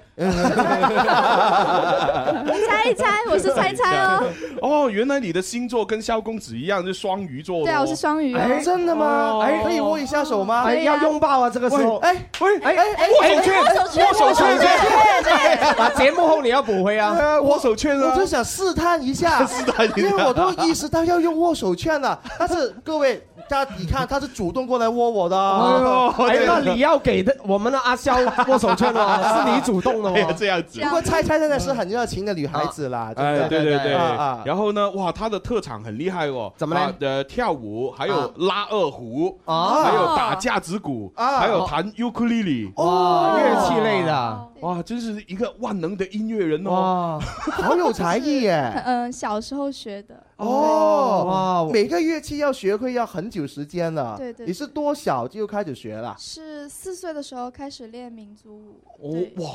Speaker 13: 猜一猜，我是猜猜哦。
Speaker 5: 哦，原来你的星座跟萧公子一样，是双鱼座的哦。
Speaker 13: 对啊，我是双鱼哦。
Speaker 6: 哎，真的吗？
Speaker 5: 哦
Speaker 6: 哎，可以握一下手吗？
Speaker 13: 可以啊要拥
Speaker 7: 抱啊，这个
Speaker 6: 时候。哎
Speaker 5: 喂，
Speaker 6: 哎哎哎，
Speaker 7: 握手券握手券 把节目后你要补回啊。
Speaker 5: 呃，握手券
Speaker 6: 我 就想试探一下，
Speaker 7: 试探一下
Speaker 6: 因为我都意识到要用握手券 了。但是各位，大家你看，他是主动过来握我的
Speaker 7: 哦
Speaker 6: 哦。
Speaker 7: 哎，那你要给的我们的 阿萧握手券 哦，是你主动的
Speaker 5: 哎呀
Speaker 7: 哦。
Speaker 5: 这样子
Speaker 6: 不过 猜猜真的是很热情的女孩子啦，真
Speaker 5: 哎，
Speaker 6: 的
Speaker 5: 对对对
Speaker 6: 啊啊，，
Speaker 5: 然后呢，哇，他的特长很厉害哦，怎
Speaker 7: 么嘞
Speaker 5: 呃，跳舞，还有
Speaker 7: 啊
Speaker 5: 拉二胡，
Speaker 7: 啊
Speaker 5: 还有打架子鼓，
Speaker 7: 啊
Speaker 5: 还有弹尤克里里，
Speaker 6: 哦
Speaker 7: 哇，乐器类的，
Speaker 5: 哇，真啊是一个万能的音乐人哦，
Speaker 6: 好有才 艺耶！
Speaker 13: 嗯，小时候学的。
Speaker 6: 哦，哇，每个乐器要学会要很久时间了。
Speaker 13: 对对
Speaker 6: 你是多小就开始学了？
Speaker 13: 是四岁的时候开始练民族舞。
Speaker 6: 哦
Speaker 13: 对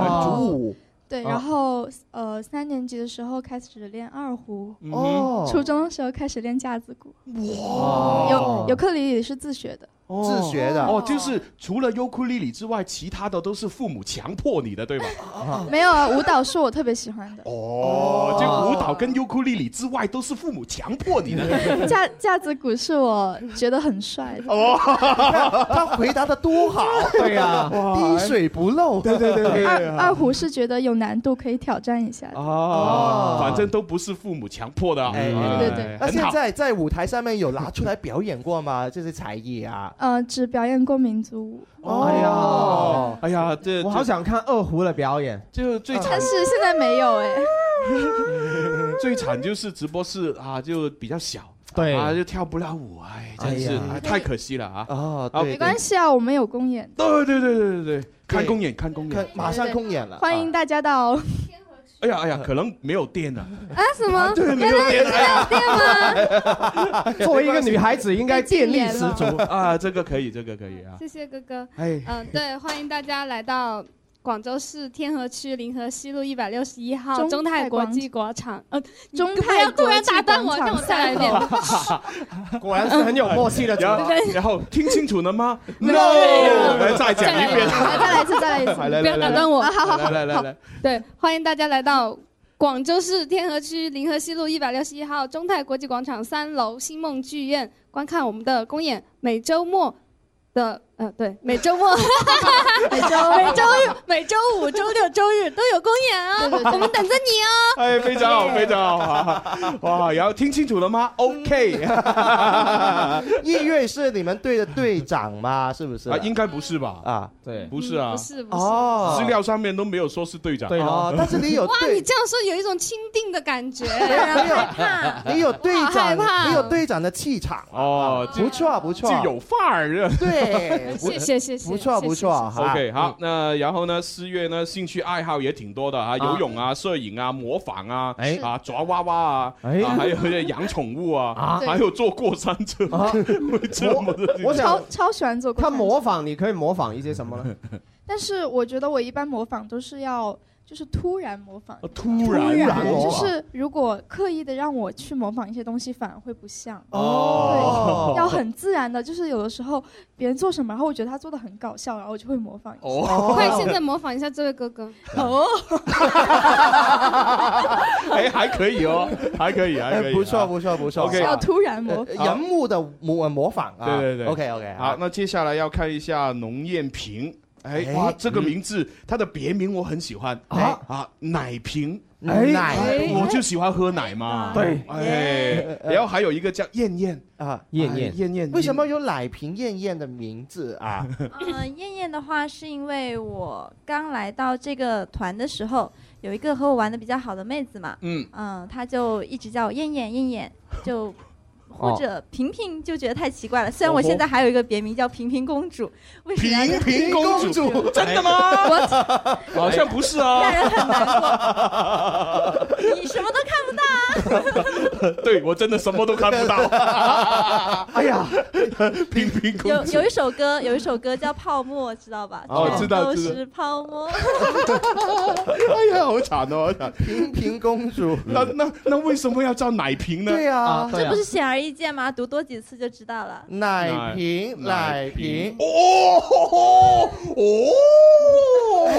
Speaker 6: 哇，主舞
Speaker 13: 对，
Speaker 6: 啊
Speaker 13: 然后呃，三年级的时候开始练二胡，
Speaker 6: 哦
Speaker 13: 初中的时候开始练架子鼓，
Speaker 5: 哇
Speaker 13: 尤尤克里里是自学的，
Speaker 5: 哦
Speaker 6: 自学的
Speaker 5: 哦，就是除了尤克里里之外，其他的都是父母强迫你的，对吧？
Speaker 13: 没有啊，舞蹈是我特别喜欢的，
Speaker 5: 哦，就舞蹈跟尤克里里之外，都是父母强迫你的。
Speaker 13: 架架子鼓是我觉得很帅的，
Speaker 6: 他回答的多好，
Speaker 7: 对
Speaker 12: 啊
Speaker 7: 呀
Speaker 6: 滴水不漏。啊对对 对
Speaker 13: 二二胡是觉得有难度，可以挑战一下的。
Speaker 5: 哦，反正都不是父母强迫的啊。
Speaker 6: 哎
Speaker 5: 哎
Speaker 13: 对对
Speaker 6: 那
Speaker 5: 很
Speaker 6: 现
Speaker 5: 好。
Speaker 6: 在在舞台上面有拿出来表演过 吗？这些才艺啊？
Speaker 13: 呃，只表演过民族舞，
Speaker 7: 哎
Speaker 6: 哦
Speaker 7: 呀，
Speaker 5: 哎呀，这
Speaker 7: 我好想看二胡的表演。
Speaker 5: 就最惨
Speaker 13: 但是现在没有哎。
Speaker 5: 最惨就是直播室啊，就比较小，
Speaker 7: 对
Speaker 5: 啊，就跳不了舞，哎，真是
Speaker 7: 哎呀
Speaker 5: 哎太可惜了啊。
Speaker 6: 哦
Speaker 5: 啊
Speaker 13: 没关。系啊，我们有公演，
Speaker 5: 对对对对对对，看公演看公演，
Speaker 6: 马上公演了，
Speaker 13: 欢迎大家到啊
Speaker 5: 哎呀哎呀，可能没有电了。
Speaker 13: 什么？
Speaker 5: 对，没有电了。
Speaker 7: 作为一个女孩子，应该电力十足。
Speaker 5: 啊，这个可以，这个可以啊。
Speaker 12: 谢谢哥哥。
Speaker 5: 哎
Speaker 12: 嗯、对，欢迎大家来到广州市天河区临河西路一百六十一号
Speaker 13: 中
Speaker 12: 中泰
Speaker 13: 泰
Speaker 12: 国
Speaker 13: 广
Speaker 12: 际广场。呃，你
Speaker 13: 中
Speaker 12: 不
Speaker 13: 泰
Speaker 12: 要突
Speaker 13: 国
Speaker 12: 然
Speaker 13: 际
Speaker 12: 打断
Speaker 13: 广
Speaker 12: 我，让
Speaker 13: 场
Speaker 12: 我再来一遍。
Speaker 7: 果然是很有默契的组
Speaker 5: 然
Speaker 7: 合
Speaker 5: 后。然后听清楚了吗？No，来再讲一遍。
Speaker 13: 再来一次，再来一次，
Speaker 5: 来来
Speaker 12: 不要
Speaker 5: 来
Speaker 12: 打
Speaker 5: 来
Speaker 12: 断我。
Speaker 13: 啊好好
Speaker 5: 来来来来，
Speaker 12: 对，欢迎大家来到广州市天河区临河西路一百六十一号中泰国际广场三楼星梦剧院观看我们的公演，每周末。的呃，对，每周末、 每周、每周日、每周五、周六、周日都有公演啊，我们等着你哦。
Speaker 5: 哎，非常好，非常好啊！哇，然后听清楚了
Speaker 6: 嗯
Speaker 5: 吗？OK，啊，
Speaker 6: 音乐是你们队的队长吗？是不是？
Speaker 5: 应该不是吧？
Speaker 6: 啊，
Speaker 7: 对，
Speaker 5: 不是啊，
Speaker 12: 嗯不
Speaker 6: 哦，
Speaker 5: 资料上面都没有说是队长。
Speaker 7: 对
Speaker 6: 哦，但是你有
Speaker 12: 哇，你
Speaker 6: 队，
Speaker 12: 这样说有一种钦定的感觉，
Speaker 6: 没有
Speaker 12: 让
Speaker 6: 没
Speaker 12: 人
Speaker 6: 有
Speaker 12: 害怕。
Speaker 6: 你有队
Speaker 12: 啊好害怕
Speaker 6: 长，你有队长的气场，
Speaker 5: 哦，
Speaker 6: 不错不错
Speaker 5: 就，有范 儿。啊
Speaker 6: 对，不
Speaker 12: 谢谢谢谢，
Speaker 6: 不错不错哈。
Speaker 5: OK，好，那然后呢？四月呢，兴趣爱好也挺多的啊，游泳啊、摄影啊、模仿啊、
Speaker 6: 哎
Speaker 5: 啊抓娃娃啊，
Speaker 7: 哎
Speaker 5: 啊还有养宠物 啊，
Speaker 7: 啊
Speaker 5: 还有坐过山车，
Speaker 6: 啊
Speaker 5: 这么多
Speaker 7: 我
Speaker 13: 超
Speaker 7: 想
Speaker 13: 超喜欢做过
Speaker 7: 他
Speaker 13: 山车
Speaker 7: 模仿，你可以模仿一些什么呢？
Speaker 13: 但是我觉得我一般模仿都是要就是突然模仿，
Speaker 5: 哦突
Speaker 7: 然突然模
Speaker 13: 就
Speaker 5: 哦
Speaker 7: 仿
Speaker 13: 是如果刻意的让我去模仿一些东西，反而会不像。
Speaker 5: 哦
Speaker 13: 对，要很自然的，就是有的时候别人做什么，然后我觉得他做的很搞笑，然后我就会模仿一下。
Speaker 5: 哦
Speaker 12: 快现 在模仿一下这位哥哥，
Speaker 13: 哦，
Speaker 5: 哎，还可以哦，还可以，还可以，
Speaker 6: 哎
Speaker 5: 啊
Speaker 6: 不错不错不错
Speaker 5: OK，
Speaker 13: 要哦突然模
Speaker 6: 呃
Speaker 13: 仿。
Speaker 6: 人物的模模仿啊，
Speaker 5: 对对对
Speaker 6: ，OK OK，
Speaker 5: 好，那接下来要看一下农艳萍。哎
Speaker 6: 哎
Speaker 5: 哇，这个名字，它的别名我很喜欢啊啊，奶瓶。
Speaker 6: 哎奶
Speaker 5: 我就喜欢喝奶嘛。
Speaker 7: 对
Speaker 5: 哎，然后还有一个叫燕燕，
Speaker 6: 啊，
Speaker 7: 燕燕
Speaker 5: 哎燕燕，
Speaker 6: 为什么有奶瓶燕燕的名字 啊？
Speaker 14: 呃，燕燕的话是因为我刚来到这个团的时候，有一个和我玩的比较好的妹子嘛，
Speaker 5: 嗯
Speaker 14: 嗯、她就一直叫我燕燕燕燕，就或
Speaker 5: 哦
Speaker 14: 者平平就觉得太奇怪了。虽然我现在还有一个别名叫平平公主，为什么要？
Speaker 5: 平公主，真的吗？哎好像不是啊。
Speaker 14: 你什么都看不到。啊
Speaker 5: 对我真的什么都看不 到。
Speaker 6: 哎呀，
Speaker 5: 平平公
Speaker 14: 有
Speaker 5: 主
Speaker 14: 有一首歌，有一首歌叫《泡沫》，知道吧？
Speaker 5: 哦知道
Speaker 14: 全都
Speaker 5: 知道
Speaker 14: 是泡沫。
Speaker 5: 哎呀，好惨哦，好惨！
Speaker 6: 平平公主，
Speaker 5: 那那那为什么要叫奶瓶呢？
Speaker 6: 对啊
Speaker 14: 这不是显而易见吗？读多几次就知道了。
Speaker 6: 奶瓶，奶瓶，
Speaker 5: 哎哦哦，
Speaker 14: 哎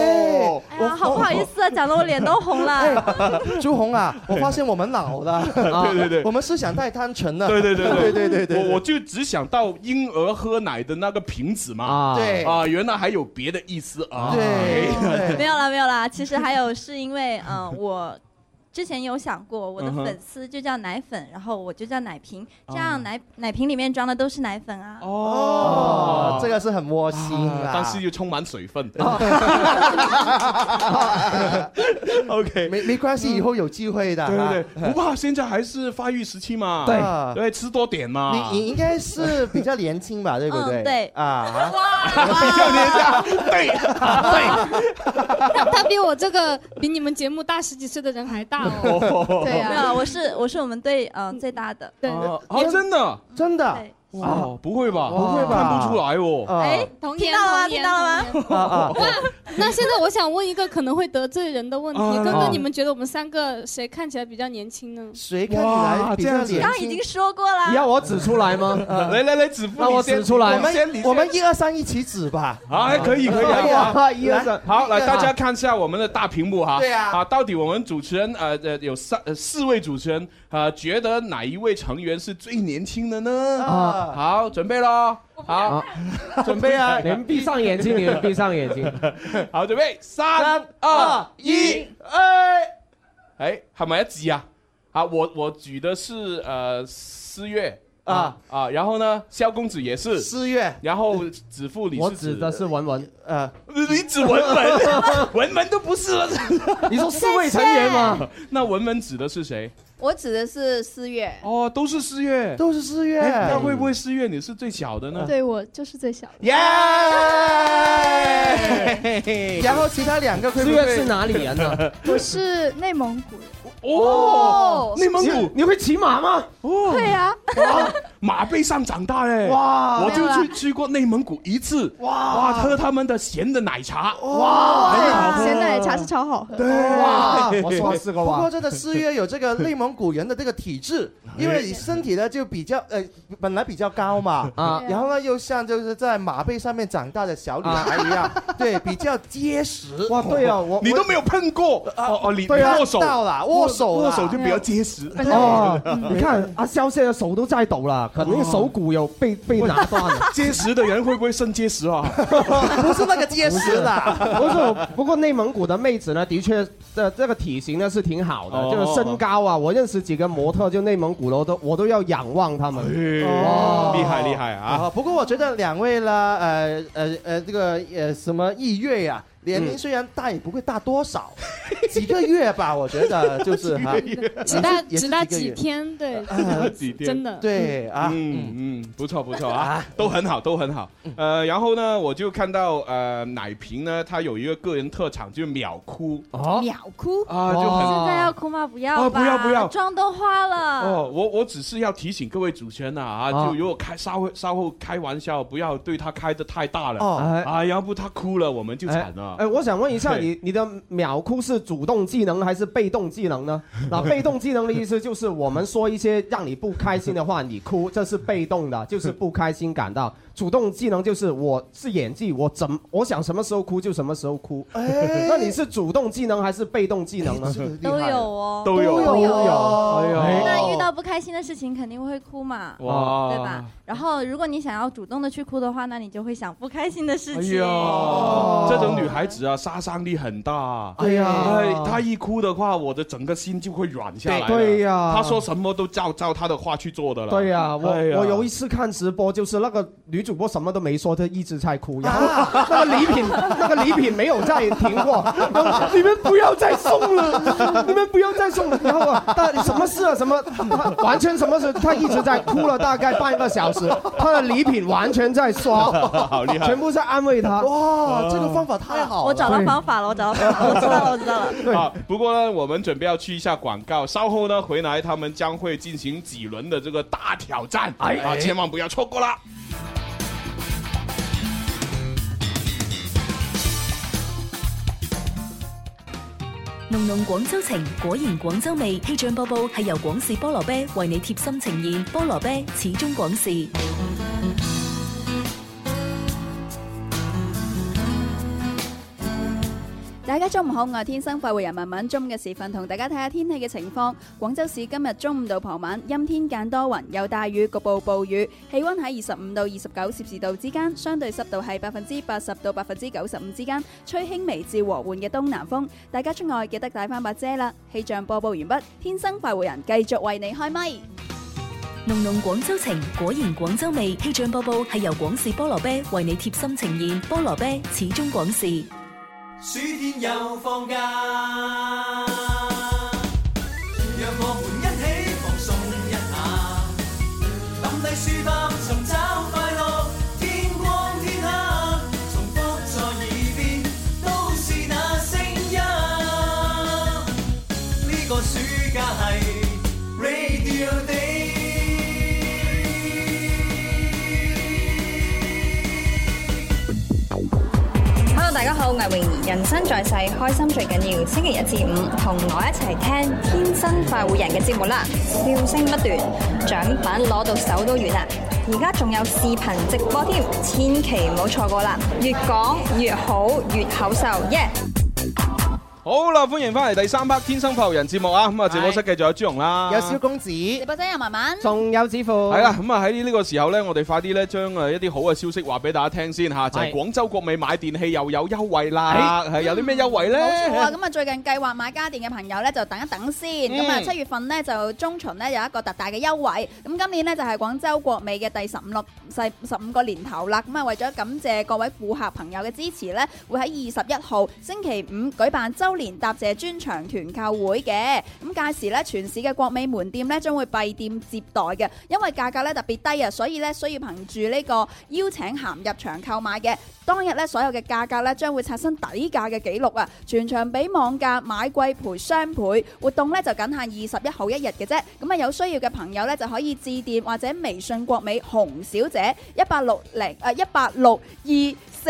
Speaker 14: 呀，好不好意思啊，讲的我脸都红了。
Speaker 6: 哎 朱红啊，我发现我们老了，
Speaker 5: 对对对
Speaker 6: 我们思想太单纯 了，
Speaker 5: 对对对
Speaker 6: 对对
Speaker 5: 对
Speaker 6: 对对，
Speaker 5: 我我就只想到婴儿喝奶的那个瓶子嘛，
Speaker 6: 对
Speaker 5: 啊，原来还有别的意思啊，
Speaker 14: 没有
Speaker 5: 哎
Speaker 14: 啦，没有啦。其实还有是因为，嗯、我之前有想过，我的
Speaker 5: 嗯哼
Speaker 14: 粉丝就叫奶粉，然后我就叫奶瓶，这
Speaker 5: 哦
Speaker 14: 样奶、奶瓶里面装的都是奶粉啊。
Speaker 6: 哦这个是很窝心啊，
Speaker 5: 但是又充满水分。OK，
Speaker 6: 没没关系，以后有机会的，啊
Speaker 5: 对对对，不怕，现在还是发育时期嘛，
Speaker 14: 啊
Speaker 6: 对
Speaker 5: 对，吃多点嘛。
Speaker 6: 你你应该是比较年轻 吧，对不对？
Speaker 14: 嗯对
Speaker 6: 啊，
Speaker 5: 比较年轻，对，
Speaker 12: 他他比我这个比你们节目大十几岁的人还大 哦。对
Speaker 14: 没
Speaker 12: 啊，
Speaker 14: 有啦，我是我是我们队嗯、呃最大的。
Speaker 12: 对
Speaker 5: 哦，哦真的，
Speaker 6: 真的，
Speaker 5: 哦，不会吧？
Speaker 6: 不会吧
Speaker 5: 看不出来哦。
Speaker 14: 哎，
Speaker 12: 童
Speaker 14: 听
Speaker 12: 颜
Speaker 14: 到了吗？
Speaker 12: 童颜
Speaker 14: 听到了吗？
Speaker 6: 啊啊，
Speaker 12: 那现在我想问一个可能会得罪人的问题
Speaker 6: 啊，
Speaker 12: 哥哥，
Speaker 6: 啊
Speaker 12: 你们觉得我们三个谁看起来比较年轻呢？
Speaker 6: 谁看起来比较
Speaker 14: 刚
Speaker 6: 年
Speaker 14: 刚已经说过了。
Speaker 7: 你要我指出来吗？
Speaker 5: 来来来，指腹
Speaker 7: 那我指出来
Speaker 6: 我们我们一二三一起指吧。
Speaker 5: 啊，可以可以
Speaker 6: 哎呀
Speaker 5: 啊，
Speaker 6: 一二三
Speaker 5: 好，来
Speaker 6: 一二
Speaker 5: 大
Speaker 6: 三
Speaker 5: 家看一下我们的大屏幕哈。
Speaker 6: 对啊
Speaker 5: 啊，到底我们主持人呃呃有三呃四位主持人啊，觉得哪一位成员是最年轻的呢？
Speaker 7: 啊
Speaker 5: 好，准备喽，好，准备 啊，
Speaker 7: 你们闭上眼睛，你们闭上眼睛。
Speaker 5: 好，准备，三二一，哎，哎，系咪一致啊？啊，我我举的是呃四月
Speaker 6: 啊
Speaker 5: 啊，然后呢，萧公子也是
Speaker 6: 四月，
Speaker 5: 然后指腹李
Speaker 7: 我
Speaker 5: 是
Speaker 7: 指的是文文，
Speaker 6: 呃，
Speaker 5: 你指文文，文文都不是了。
Speaker 7: 你说四位成员吗？
Speaker 5: 那文文指的是谁？
Speaker 1: 我指的是四月，
Speaker 5: 哦，都是四月，
Speaker 6: 都是四月，
Speaker 5: 哎那会不会四月你是最小的呢？
Speaker 12: 对我就是最小的，
Speaker 6: 耶！
Speaker 5: 嘿嘿
Speaker 6: 然后其他两个会
Speaker 7: 四
Speaker 6: 不
Speaker 7: 月是
Speaker 6: 会？
Speaker 7: 哪里人呢？
Speaker 5: 啊
Speaker 16: 我是内蒙古人，
Speaker 5: 哦
Speaker 1: 哦，
Speaker 5: 内蒙
Speaker 7: 你
Speaker 5: 古
Speaker 7: 你会骑马吗？
Speaker 5: 哦，
Speaker 16: 对
Speaker 13: 啊
Speaker 16: 呀、
Speaker 5: 哇马背上长大嘞！
Speaker 6: 哇
Speaker 5: 我就
Speaker 16: 没有
Speaker 5: 去去过内蒙古一次，
Speaker 6: 哇
Speaker 5: 哇，喝他们的咸的奶茶，
Speaker 6: 哇！
Speaker 5: 很好喝
Speaker 16: 咸奶茶是超好喝。
Speaker 6: 哦哇！
Speaker 7: 我说四个
Speaker 6: 不过
Speaker 7: 哇，哎
Speaker 6: 真的四月有这个内蒙古人的这个体质，因为你身体呢就比较呃本来比较高嘛，
Speaker 7: 啊
Speaker 6: 然后呢又像就是在马背上面长大的小女孩一样，对，比较结实。
Speaker 7: 啊哇，对啊，我
Speaker 5: 你都没有碰过哦哦，你
Speaker 6: 对啊
Speaker 5: 握手
Speaker 6: 到啦握手啦
Speaker 5: 握手就比较结实。
Speaker 16: 本来
Speaker 7: 哦，你看阿萧现在手都在抖了，可能手骨有被被拿断了。
Speaker 5: 结实的人会不会肾结石啊？
Speaker 6: 哦不是那个结实的，
Speaker 7: 不是，不过内蒙古的妹子呢，的确，这这个体型呢是挺好的，
Speaker 5: 哦
Speaker 7: 就是身高啊，我认识几个模特，就内蒙古的，我都我都要仰望他们。
Speaker 5: 哦，厉害厉害啊！
Speaker 6: 啊，不过我觉得两位啦，呃呃呃，这个呃什么易月呀、年龄虽然大，也不会大多少，几个月吧，我觉得就是哈，
Speaker 12: 只大
Speaker 6: 也是
Speaker 12: 只大
Speaker 6: 几个
Speaker 12: 几
Speaker 6: 月啊
Speaker 12: 天，对，
Speaker 5: 几天
Speaker 12: 啊真的。
Speaker 6: 对啊，
Speaker 5: 嗯嗯，不错不错啊，都很好都很好。呃，然后呢，我就看到呃奶瓶呢，他有一个个人特长，就是秒哭
Speaker 7: 哦，
Speaker 14: 秒哭。
Speaker 5: 啊，就很
Speaker 14: 现在要哭吗？不
Speaker 5: 啊
Speaker 14: 要吧，
Speaker 5: 不要不要
Speaker 14: 妆都花了。
Speaker 5: 哦，我我只是要提醒各位主持人啊，啊
Speaker 7: 啊
Speaker 5: 就如果开稍微稍后开玩笑，不要对他开的太大了，
Speaker 6: 哦，
Speaker 7: 哎
Speaker 5: 啊，要不他哭了我们就惨了。
Speaker 7: 哎，我想问一下，
Speaker 5: 对
Speaker 7: 你你的秒哭是主动技能还是被动技 能呢？那被动技能的意思就是我们说一些让你不开心的话，你哭， 这是被动的，就是不开心感到。主动技能就是我是演技，我怎我想什么时候哭就什么时候哭。
Speaker 6: 哎
Speaker 7: 那你是主动技能还是被动技能呢？
Speaker 6: 这个厉害
Speaker 14: 都有哦，
Speaker 5: 都有
Speaker 6: 都有，
Speaker 7: 哎
Speaker 14: 那遇到不开心的事情肯定会哭嘛，
Speaker 5: 哇
Speaker 14: 对吧？然后如果你想要主动的去哭的话，那你就会想不开心的事
Speaker 5: 哎
Speaker 14: 情。
Speaker 5: 呦，这种女孩子啊，杀伤力很大。
Speaker 7: 哎哦呀
Speaker 5: 他一哭的话，我的整个心就会软下来了。
Speaker 7: 对对呀
Speaker 5: 他说什么都照照他的话去做的了。
Speaker 7: 对呀、我、
Speaker 5: 哎呀
Speaker 7: 我有一次看直播，就是那个女主播什么都没说，她一直在哭，然
Speaker 5: 啊
Speaker 7: 后那个礼品那个礼品没有再停过，你们不要再送了，你们不要再送了，然后啊，大什么事啊什么，她完全什么事，她一直在哭了大概半个小时，她的礼品完全在刷，
Speaker 5: 好厉害
Speaker 7: 全部在安慰她。啊
Speaker 6: 哇，这个方法太好了！
Speaker 14: 嗯我找到方法了，我找 到方法了，我知道了，我知道了。
Speaker 5: 啊，不过呢，我们准备要去一下广告，稍后呢回来他们将会进行几轮的这个大挑战，
Speaker 11: 哎
Speaker 5: 啊，千万不要错过啦！
Speaker 17: 濃濃廣州情，果然廣州味。氣象播報係由廣氏菠蘿啤為你貼心呈現，菠蘿啤始終廣氏。
Speaker 1: 大家中午好，我係天生快活人文文。中午嘅時分，同大家睇下天氣嘅情況。廣州市今日中午到傍晚陰天間多雲，有大雨，局部暴雨。氣温喺二十五到二十九攝氏度之間，相對濕度係百分之八十到百分之九十五之間，吹輕微至和緩嘅東南風。大家出外記得帶翻把遮啦。氣象播報完畢，天生快活人繼續為你開咪。
Speaker 17: 濃濃廣州情，果然廣州味。氣象播報係由廣氏菠蘿啤為你貼心呈現，菠蘿啤始終廣氏。
Speaker 3: 暑天又放假，讓我們一起放鬆一下，抌低書包尋找快樂。天光天黑，重複在耳邊，都是那聲音。呢個暑假係 Radio
Speaker 18: Hello，大家好，我係泳兒，人生在世，開心最緊要。星期一至五，同我一齊聽《天生快活人》嘅節目啦，笑聲不斷，獎品攞到手都軟啦。而家仲有視頻直播添，千祈唔好錯過啦！越講越好，越口秀，耶、
Speaker 5: 好啦，歡迎翻嚟第三 part《天生浮人》節目啊！咁啊，直播室繼續有朱紅啦，
Speaker 6: 有蕭公子，
Speaker 1: 直播室有文文，
Speaker 7: 仲有子富，
Speaker 5: 係啦，咁啊喺呢個時候呢，我哋快啲呢將呃誒一啲好嘅消息話俾大家聽先嚇，就係
Speaker 1: 係哎
Speaker 5: 廣州國美買電器又有優惠啦，係有啲咩優惠呢？
Speaker 1: 冇錯啊！咁啊，最近計劃買家電嘅朋友咧，就等一等先。咁啊，
Speaker 5: 嗯
Speaker 1: 七月份呢，就中旬呢，有一個特大嘅優惠。咁今年呢，就係廣州國美嘅第十五六十十五個年頭啦。咁啊，為咗感謝各位顧客朋友嘅支持呢，會喺二十一號星期五舉辦周年答謝專場團購會嘅。咁屆時呢，全市嘅國美門店呢，將會閉店接待嘅，因為價格呢特別低啊，所以呢，需要憑住呢個邀請函入場購買嘅。當日咧所有嘅價格咧將會刷新底價嘅記錄啊！全場比網價買貴賠雙倍，活動咧就僅限二十一號一日嘅啫。咁啊有需要嘅朋友咧就可以致電或者微信國美洪小姐一八六零呃誒一八六二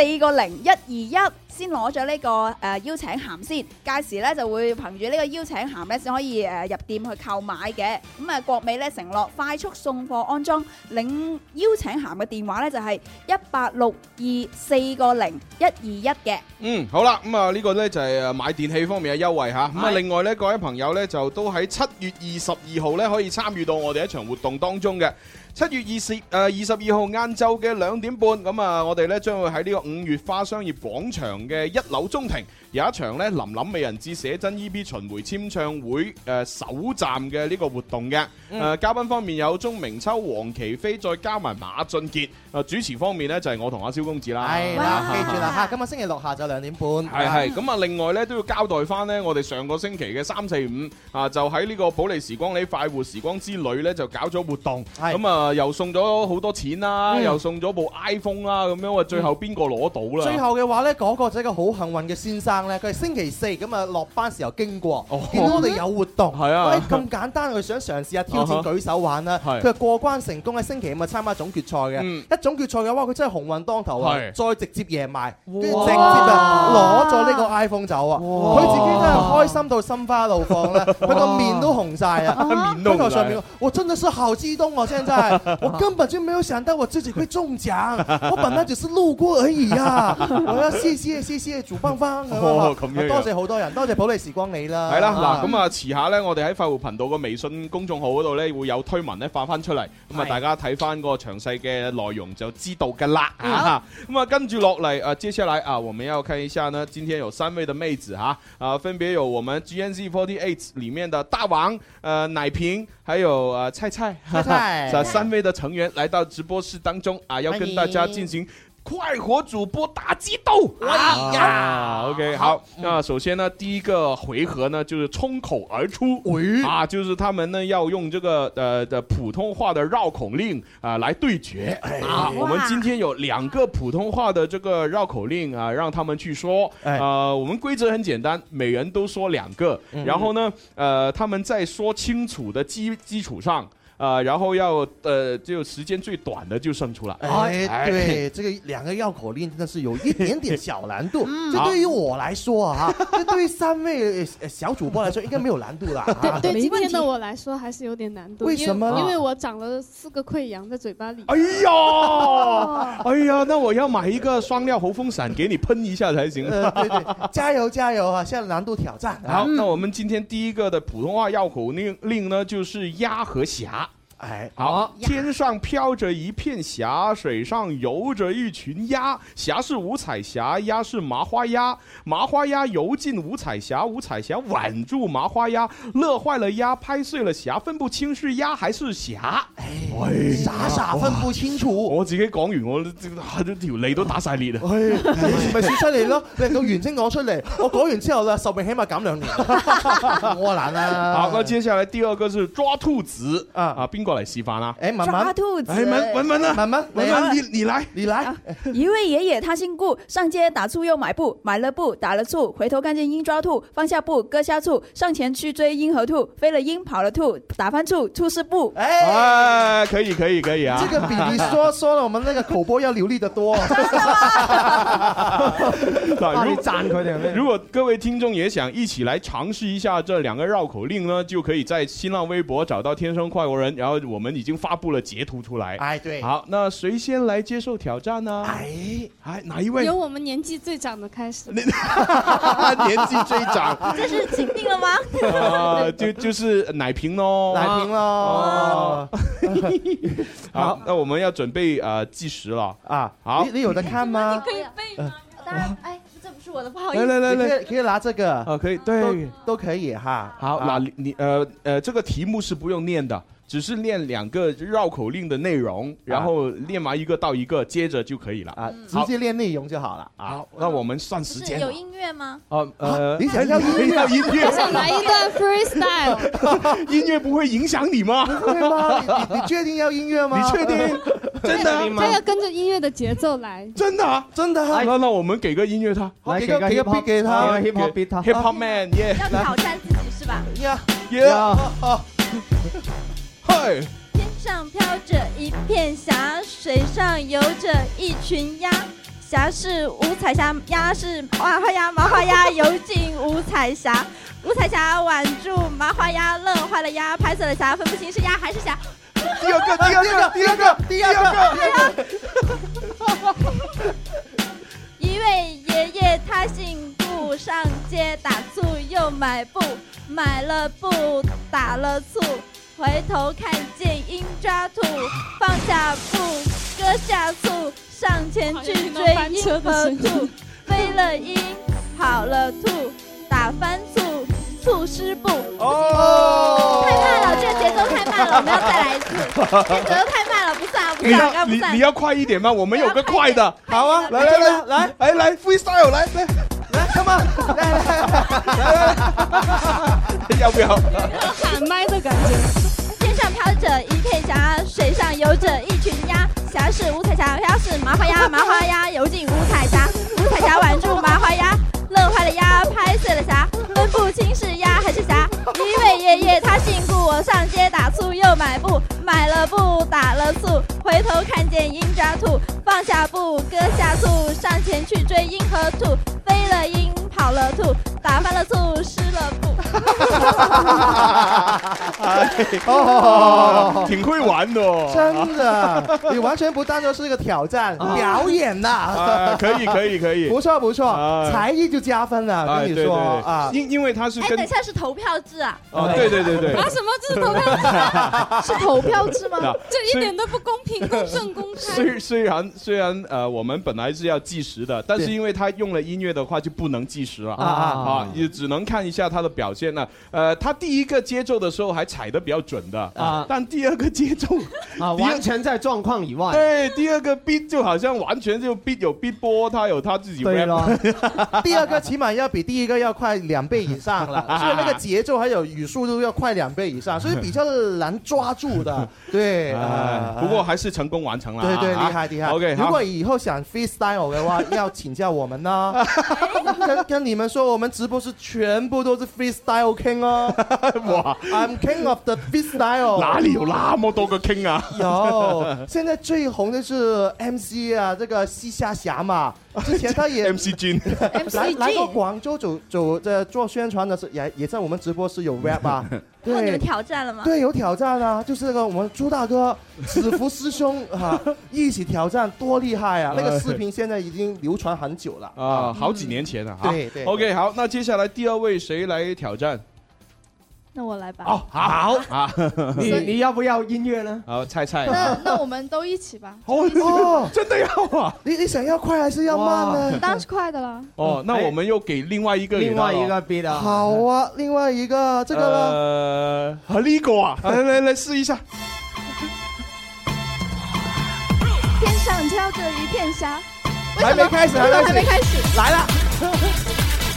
Speaker 1: 四個零一二一。先攞咗呢個誒、呃邀請函先，屆時咧就會憑住呢個邀請函咧先可以誒、呃入店去購買嘅。咁啊，國美咧承諾快速送貨安裝，領邀請函嘅電話咧就係一八六二四個零一二一嘅。
Speaker 5: 嗯，好啦，咁啊呢個呢就係誒買電器方面嘅優惠嚇，咁啊
Speaker 1: 係
Speaker 5: 另外呢，各位朋友呢，就都喺七月二十二號呢可以參與到我哋一場活動當中嘅。七月二十誒呃二十二號晏晝嘅兩點半，咁啊我哋呢將會喺呢個五月花商業廣場嘅一樓中庭有一場呢林林美人志寫真 E.P. 巡迴簽唱會誒、呃首站嘅呢個活動嘅。誒、呃
Speaker 11: 嗯
Speaker 5: 嘉賓方面有鐘明秋、黃琪飛，再加埋馬俊傑。誒、主持方面呢，就係、我同阿蕭公子啦。
Speaker 6: 係啦，記哎住啦嚇，今日星期六下晝兩點半，
Speaker 5: 係係，咁啊，另外咧都要交代翻咧，我哋上個星期嘅三四五啊，就喺呢個保利時光里快活時光之旅咧，就搞咗活動，咁啊又送咗好多錢啦，
Speaker 6: 嗯
Speaker 5: 又送咗部 iPhone 啦，咁樣啊，最後邊個攞到啦？
Speaker 6: 最後嘅話呢，嗰個就係一個好幸運嘅先生呢，佢係星期四咁啊落班時候經過，見到我哋有活動，
Speaker 5: 哦係啊
Speaker 6: 喂咁簡單，佢想嘗試下挑
Speaker 5: 啊
Speaker 6: 戰
Speaker 5: 哈
Speaker 6: 舉手玩啦。
Speaker 5: 係
Speaker 6: 佢係過關成功喺星期五啊參加總決賽嘅，
Speaker 5: 嗯
Speaker 6: 一總決賽嘅話佢真係鴻運當頭啊
Speaker 5: 係！
Speaker 6: 再直接贏埋，跟住直接啊攞咗呢個 iPhone 走啊！佢自己真係開心到 心花怒放啦，佢個面都紅晒啊！
Speaker 5: 面都紅晒
Speaker 6: 佢頭上面，我真係是好激動啊！真係，我根本就没有想到我自己会中 奖，我本来只是路過而已啊！我要謝謝謝謝主辦方咁
Speaker 5: 哦
Speaker 6: 啊
Speaker 5: 咁樣樣
Speaker 6: 多謝好多人，多謝保利時光你啦。
Speaker 5: 系啦，嗱咁啊，遲下咧，我哋喺快活頻道個微信公眾號嗰度咧，會有推文咧發翻出嚟，咁啊，
Speaker 6: 係
Speaker 5: 大家睇翻個詳細嘅內容就知道噶啦啊咁啊，跟住落嚟啊，接下來啊，我們要看一下呢，今天有三位的妹子哈，啊，分別有我們 GNZ48 里面的大王、呃奶瓶，還有呃菜菜，
Speaker 6: 菜菜
Speaker 5: 啊三位的成員來到直播室當中啊，要跟大家進行。快活主播打激斗！
Speaker 6: 哎呀
Speaker 5: 啊，OK，好，那首先呢，第一个回合呢就是冲口而出，啊，就是他们呢要用这个呃的普通话的绕口令啊来对决
Speaker 6: 哎
Speaker 5: 啊。我们今天有两个普通话的这个绕口令啊，让他们去说。
Speaker 6: 哎
Speaker 5: 呃，我们规则很简单，每人都说两个，
Speaker 6: 嗯
Speaker 5: 然后呢，呃，他们在说清楚的基基础上。啊，然后要呃，就时间最短的就胜出了。
Speaker 6: 哎，对，这个两个绕口令真的是有一点点小难度
Speaker 5: 嗯，
Speaker 6: 这对于我来说 啊，这对于三位呃小主播来说应该没有难度啦。啊
Speaker 16: 对今天的我来说还是有点难度，
Speaker 6: 为
Speaker 16: 因
Speaker 6: 什么呢
Speaker 16: 因为我长了四个溃疡在嘴巴里。
Speaker 5: 哎
Speaker 6: 哦
Speaker 5: 呀，哎呀，那我要买一个双料喉风散给你喷一下才行。
Speaker 6: 呃，对对，加油加油啊！现在难度挑战啊。
Speaker 5: 好，那我们今天第一个的普通话绕口令令呢，就是鸭和霞。
Speaker 6: 哎，
Speaker 5: 好，天上飘着一片霞，水上游着一群鸭。霞是五彩霞，鸭是麻花鸭，麻花鸭游进五彩霞，五彩霞挽住麻花鸭，乐坏了鸭，拍碎了霞，分不清是鸭还是霞。哎，
Speaker 6: 傻傻分不清楚。
Speaker 5: 我自己講完，我都條脷都打晒裂啊！
Speaker 6: 哎你咪算犀利咯！你到完整講出嚟，我講完之後啦，壽命起碼 減兩年，我難啦。
Speaker 5: 好，那接下来第二个是抓兔子啊啊，边个嚟示范啊？
Speaker 6: 哎，文文抓
Speaker 13: 兔子
Speaker 5: 哎，文文文啊，
Speaker 6: 文文
Speaker 5: 文文，你你来，
Speaker 6: 哎你来。
Speaker 13: 啊一位爷爷他姓顾，上街打醋又买布，买了布打了醋，回头看见鹰抓兔，放下布割下醋，上前去追鹰和兔，飞了鹰跑了兔，打翻醋，醋是布。
Speaker 5: 哎，可以可以可以啊！
Speaker 6: 这个比你 说说了我们那個口播要流利得多。
Speaker 5: 嗱，如
Speaker 7: 你讚佢哋咩
Speaker 5: 如果各位听众也想一起来尝试一下这两个绕口令呢，就可以在新浪微博找到“天生快活人”，然后我们已经发布了截图出来。
Speaker 6: 哎，对
Speaker 5: 好，那谁先来接受挑战呢？
Speaker 6: 哎，
Speaker 5: 哎，哪一位？
Speaker 16: 由我们年纪最长的 开始。
Speaker 5: 年纪最长。
Speaker 16: 这是钦定了吗？
Speaker 5: 啊， 就就是奶瓶喽，
Speaker 6: 奶瓶咯
Speaker 5: 哦。好，那我们要准备呃计时了
Speaker 6: 啊。
Speaker 5: 好，
Speaker 6: 你你有的看吗？
Speaker 14: 可以背吗？当然，哎，这不是我的，不好意
Speaker 5: 来
Speaker 14: 思。
Speaker 5: 来来
Speaker 6: 你可
Speaker 5: 来
Speaker 6: 以，可以哎拿这个
Speaker 5: 啊，可以，对，
Speaker 6: 都可以啊哈。
Speaker 5: 好，那你你呃呃，这个题目是不用念的，只是念两个绕口令的内
Speaker 6: 啊
Speaker 5: 容，然后念完一个到一个，接着就可以了啊
Speaker 6: 直接练内容就好了。啊
Speaker 5: 好，那我们算时
Speaker 14: 是
Speaker 5: 间
Speaker 14: 有
Speaker 5: 吧。
Speaker 14: 音乐吗？
Speaker 5: 哦，呃，
Speaker 6: 你想要音乐
Speaker 5: 要音乐？
Speaker 6: 我想来一段
Speaker 16: freestyle
Speaker 5: 音乐不会影响你吗？
Speaker 6: 不会吗？你你你确定要音乐吗？
Speaker 5: 你确定？ 真的啊
Speaker 16: 他要跟着音乐的节奏来。
Speaker 5: 真的啊，
Speaker 6: 真的啊
Speaker 5: 那那我们给个音乐他，
Speaker 6: 来给个给个 beat 给他
Speaker 5: 给个
Speaker 6: hip hop beat 他
Speaker 5: hip hop man 耶，
Speaker 14: 要挑战自己是吧？
Speaker 6: 呀
Speaker 5: 呀，哦嘿，
Speaker 14: 天上飘着一片霞，水上游着一群鸭。霞是五彩霞，鸭是麻花鸭，麻花鸭游进五彩霞， 五彩霞挽住麻花鸭，乐坏了鸭，拍碎了霞，分不清是鸭还是霞。
Speaker 5: 第二个，第二个，
Speaker 6: 第二个，第二
Speaker 14: 个。一位爷爷他姓顾，上街打醋又买布，买了布打了醋，回头看见鹰抓兔，放下布割下醋，上前去追鹰和兔，飞了鹰跑了兔，打翻醋，醋湿布。
Speaker 5: 哦，
Speaker 14: 太慢了，这节奏太慢了，我们要再来一次。这节奏太慢了，不算，不
Speaker 5: 你
Speaker 14: 算，
Speaker 5: 要
Speaker 14: 刚不
Speaker 5: 你
Speaker 14: 算。
Speaker 5: 你要快一点吗？我们有个快的，
Speaker 6: 好啊，
Speaker 5: 来来来
Speaker 6: 来
Speaker 5: 来来 freestyle 来来来，come on，来来来来来，要不 要？
Speaker 16: 喊麦的感觉。
Speaker 14: 天上飘着一片霞，水上游着一群鸭。霞是五彩霞，鸭是麻花鸭，麻花鸭游进五彩霞，五彩霞挽住麻花鸭，乐坏了鸭，拍碎了霞，分不清是鸭还是霞。一位爷爷他姓顾，我上街打醋又买布，买了布打了醋，回头看见鹰抓兔，放下布割下醋，上前去追鹰和兔，飞了鹰跑了兔，打翻了醋湿了布。
Speaker 6: 哦
Speaker 5: 挺会玩的哦，
Speaker 6: 真的，你完全不当做是一个挑战，表演
Speaker 5: 啊
Speaker 6: 呐，
Speaker 5: 可以可以可以
Speaker 6: 不错不错
Speaker 5: 啊，
Speaker 6: 才艺就加分了，
Speaker 5: 哎
Speaker 6: 啊跟你
Speaker 5: 对
Speaker 6: 说
Speaker 5: 对对
Speaker 6: 啊，
Speaker 5: 因因为他是
Speaker 14: 哎，等 一下是投票制啊！
Speaker 5: 哦，对对对对，
Speaker 14: 啊，什么制投票制？ 是投票制吗
Speaker 5: 那？
Speaker 14: 这一
Speaker 5: 所以
Speaker 14: 点都不公平、 公正、公
Speaker 5: 虽虽然虽然呃，我们本来是要计时的，但是因为他用了音乐的话就不能计时了
Speaker 6: 啊
Speaker 5: 啊
Speaker 6: 啊啊
Speaker 5: 也只能看一下他的表现了。呃，他第一个节奏的时候还踩得比较准的啊
Speaker 7: 啊，
Speaker 5: 但第二个节奏
Speaker 7: 啊，完全在状况以外。
Speaker 5: 对第二个 beat 就好像完全就 beat 有 beat 波，他有他自己 rap
Speaker 7: 对咯
Speaker 6: 第二个起码要比第一个要快两倍以上了，所以那个节奏还有语速都要快两倍以上，所以比较难抓 住的。对，
Speaker 5: 哎
Speaker 6: 啊
Speaker 5: 不过还是成功完成了啊，
Speaker 6: 对对，
Speaker 5: 啊
Speaker 6: 厉害厉害。
Speaker 5: OK，
Speaker 6: 如
Speaker 5: 好
Speaker 6: 果以后想 freestyle 的话，要请教我们呢。跟跟你们说，我们直播是全部都是 freestyle king 哦。
Speaker 5: 哇
Speaker 6: ，I'm king of the freestyle。
Speaker 5: 哪里有那么多个 king 啊？
Speaker 6: 有，现在最红的是 MC 啊，这个西夏霞嘛，之前 他也
Speaker 5: MC 君，
Speaker 6: 来来过广州走走这做宣传的时候，也也在我们直播室有 rap 啊，
Speaker 14: 哦，你们
Speaker 6: 对。
Speaker 14: 挑战了吗？
Speaker 6: 对，有挑战啊！就是那个我们朱大哥、子福师兄 啊，一起挑战，多厉害啊！那个视频现在已经流传很久了。
Speaker 5: 哎啊，好几年前了哈。
Speaker 6: 嗯对对
Speaker 5: OK，好，那接下来第二位谁来挑战？
Speaker 13: 那我来吧。
Speaker 5: 哦，好，啊，
Speaker 7: 你你要不要音乐 呢？
Speaker 5: 好，哦菜菜，
Speaker 16: 那那我们都一起吧，
Speaker 6: 哦，
Speaker 5: 真的要啊！
Speaker 6: 你你想要快还是要慢呢？
Speaker 16: 当然是快的了。
Speaker 5: 哦，那我们又给另外一个啊给他了，
Speaker 7: beat
Speaker 6: 好啊，另外一个这个呢？
Speaker 5: 呃，和呢个啊，来来来试一下。
Speaker 13: 天上飘着一片霞，为
Speaker 6: 还
Speaker 13: 什么
Speaker 6: 没开始，
Speaker 13: 为什么
Speaker 6: 还
Speaker 13: 还
Speaker 6: 没
Speaker 13: 没
Speaker 6: 开
Speaker 13: 开
Speaker 6: 始
Speaker 13: 始，
Speaker 6: 来了。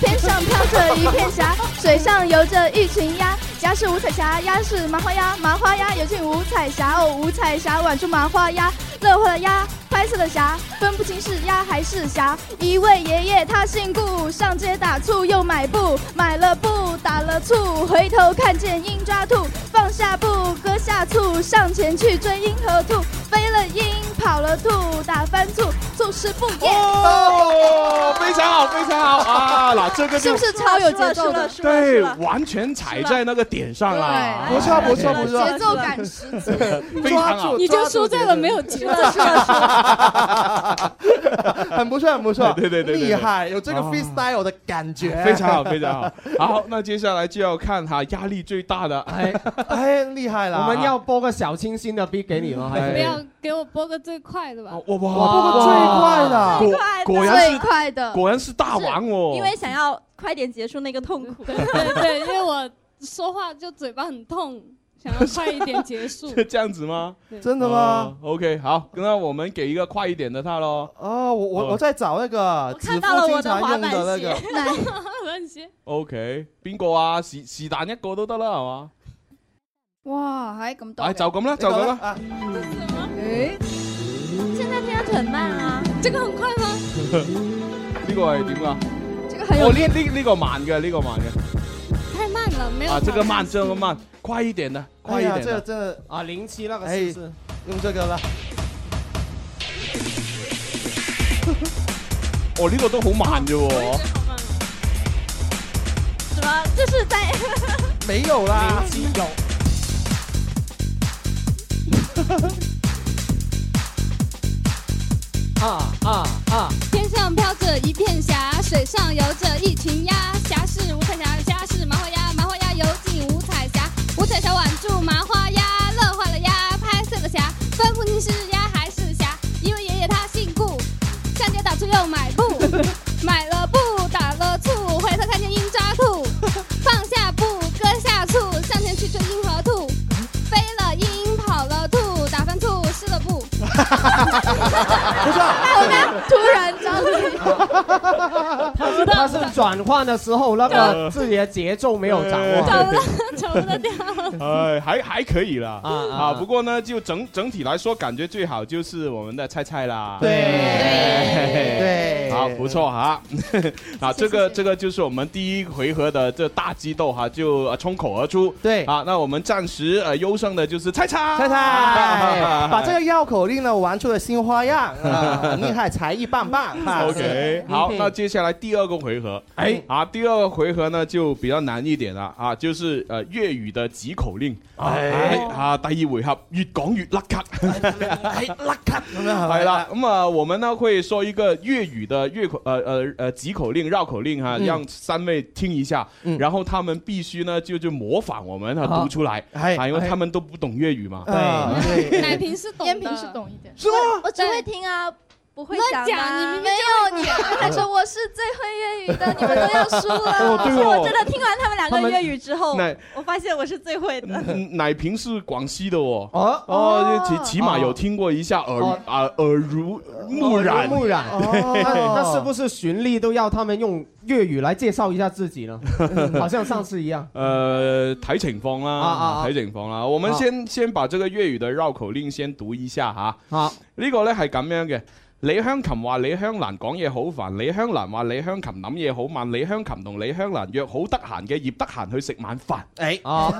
Speaker 13: 天上飘着一片霞，水上游着一群鸭。鸭是五彩霞，鸭是麻花鸭，麻花鸭有群五彩霞哦，五彩霞挽住麻花鸭，乐坏了鸭，拍死了霞，分不清是鸭还是霞。一位爷爷他姓顾，上街打醋又买布，买了布打了醋，回头看见鹰抓兔，放下布割下醋，上前去追鹰和兔，飞了鹰跑了兔，打翻醋，醋是布耶。
Speaker 5: 哦，非常好，非常好啊！嗱，这个
Speaker 13: 是
Speaker 5: 就
Speaker 13: 不是超有节奏的？
Speaker 5: 对，完全踩在那个点上啊哎了，
Speaker 6: 不错不错不错，
Speaker 16: 节奏感十足，
Speaker 5: 非常好。
Speaker 16: 你就输在了没有 节奏。
Speaker 6: 很不错很不错，
Speaker 5: 对 对对对对啊
Speaker 6: 厉害，有这个 freestyle 的感觉，
Speaker 5: 非常好，非常好。 好，那接下来就要看哈压力最大的，
Speaker 7: 哎，
Speaker 6: 哎，厉害了，
Speaker 7: 我们要播个小清新的 beat 给你吗？还
Speaker 16: 不
Speaker 7: 是
Speaker 16: 要给我播个最快的吧，
Speaker 5: 哇哇
Speaker 7: 哇播个
Speaker 5: 最快
Speaker 14: 最快的
Speaker 5: 的，果果然
Speaker 14: 最
Speaker 5: 是
Speaker 14: 快的
Speaker 5: 果然是大王哦。
Speaker 14: 因为想要快点结束那个痛苦。
Speaker 16: 对对，因为我说话就嘴巴很痛，想要快一点结 束。
Speaker 5: 是这样子吗？
Speaker 6: 真的吗？
Speaker 5: 哦？OK，好，那我们给一个快一点的他喽。
Speaker 6: 哦，我我
Speaker 5: 哦
Speaker 6: 我在找那个指
Speaker 14: 看
Speaker 6: 腹
Speaker 14: 到了
Speaker 6: 经
Speaker 14: 我的
Speaker 6: 常
Speaker 14: 滑
Speaker 6: 用
Speaker 14: 板
Speaker 6: 的那
Speaker 14: 鞋
Speaker 6: 个，，
Speaker 16: 很邪
Speaker 5: OK，邊個啊？是是但一個都得啦，係嘛？
Speaker 13: 哇，还咁多
Speaker 5: 唉，
Speaker 13: 嘅。
Speaker 5: 哎就咁啦，就咁啦。
Speaker 13: 诶，
Speaker 14: 现在听上去很慢啊，
Speaker 16: 这个很快吗？
Speaker 5: 呢個係點啊？
Speaker 13: 这个
Speaker 5: 哦，呢呢呢個慢嘅，呢個慢嘅。
Speaker 16: 太慢了，没有。
Speaker 5: 啊，這個慢，這個慢，快一點啦，快
Speaker 6: 哎
Speaker 5: 一
Speaker 6: 呀，
Speaker 5: 點
Speaker 6: 这个
Speaker 5: 啦。
Speaker 6: 真的，
Speaker 7: 啊，零七那个
Speaker 6: 哎
Speaker 7: 是不是？
Speaker 6: 用这个了，
Speaker 5: 哦，呢個都好慢啫喎。哦
Speaker 14: 什么？就是 在
Speaker 6: 没有啦
Speaker 7: 零，七有，啊啊啊！
Speaker 16: 天上飘着一片霞，水上游着一群鸭。霞是五彩霞，虾是麻花鸭，麻花鸭游进五彩霞。五彩霞挽住麻花鸭，乐坏了鸭，拍碎了霞，分不清是鸭还是霞。一位爷爷他姓 顾，上街打醋又买布，买了布打了醋，回头看见鹰抓兔，放下布割下醋，上前去追鹰和兔，飞了鹰跑了兔，打翻兔湿了布。
Speaker 13: 突然张力，
Speaker 7: 他是转换的时候那 个自己的节奏没有掌握。
Speaker 16: 找不到调。
Speaker 5: 哎，还还可以啦。
Speaker 7: 啊啊
Speaker 5: 啊，不過呢，就整整體來說，感覺最好就是我們的菜菜啦。
Speaker 6: 对
Speaker 5: 嘿嘿
Speaker 6: 对，
Speaker 5: 好，不错 哈。啊，这个这个就是我们第一回合的这大激斗哈，就呃冲口而出。
Speaker 6: 对
Speaker 5: 啊，那我们暂时呃优胜的就是菜菜，
Speaker 6: 菜菜，啊把
Speaker 5: 啊哎
Speaker 6: 这个绕口令呢玩出了新花样，啊很厉害，才艺棒棒。哈
Speaker 5: OK，好，
Speaker 6: 嗯
Speaker 5: 那接下来第二个回合，嗯哎，啊，第二个回合呢就比较难一点啦，啊，就是呃粤语的急口令，哎，啊，第二回合越講越甩咳，哎
Speaker 6: 咁樣係 咪
Speaker 5: 係啦，咁啊，我們呢會說一個粵語的粵口，呃呃呃急口令、繞口令哈，
Speaker 6: 嗯
Speaker 5: 讓三位聽一下，然後他們必須呢就就模仿我們嗯啊
Speaker 6: 好
Speaker 5: 讀出來，
Speaker 6: 係
Speaker 5: 啊，因為
Speaker 6: 係
Speaker 5: 他們都不懂粵語嘛，
Speaker 6: 啊對
Speaker 12: 奶瓶是懂的，
Speaker 13: 平是懂一点。
Speaker 5: 是吗？
Speaker 14: 我只会听啊，不会
Speaker 13: 乱
Speaker 14: 讲
Speaker 13: 讲，你明
Speaker 14: 啊。
Speaker 13: 明
Speaker 14: 没
Speaker 13: 就
Speaker 14: 有，
Speaker 13: 会
Speaker 14: 你
Speaker 13: 讲
Speaker 14: 刚才说我是最会粤语 的，你们都要输了。
Speaker 5: 哦对哦
Speaker 14: 而且我真的听完他们两个粤语之后
Speaker 5: 他们，
Speaker 14: 我发现我是最会的。
Speaker 5: 嗯奶瓶是广西的哦，
Speaker 6: 哦，
Speaker 5: 哦，起起码有听过一下耳
Speaker 7: 哦
Speaker 5: 啊耳濡目染，
Speaker 7: 目染。
Speaker 5: 对
Speaker 7: 那哎那是不是循例都要他们用粤语来介绍一下自己呢？好像上次一 样。
Speaker 5: 呃，睇情況
Speaker 7: 啊啊
Speaker 5: 啦，
Speaker 7: 啊
Speaker 5: 睇情況啦。我們
Speaker 7: 啊
Speaker 5: 先先把這個粵語的繞口令先讀一下吓。
Speaker 7: 好，
Speaker 5: 呢個呢係咁樣嘅。李香琴話李香蘭講嘢好煩，李香蘭話李香琴諗嘢好慢，李香琴同李香蘭約好得閒嘅葉德閒去食晚飯。
Speaker 6: 哎，
Speaker 7: 啊，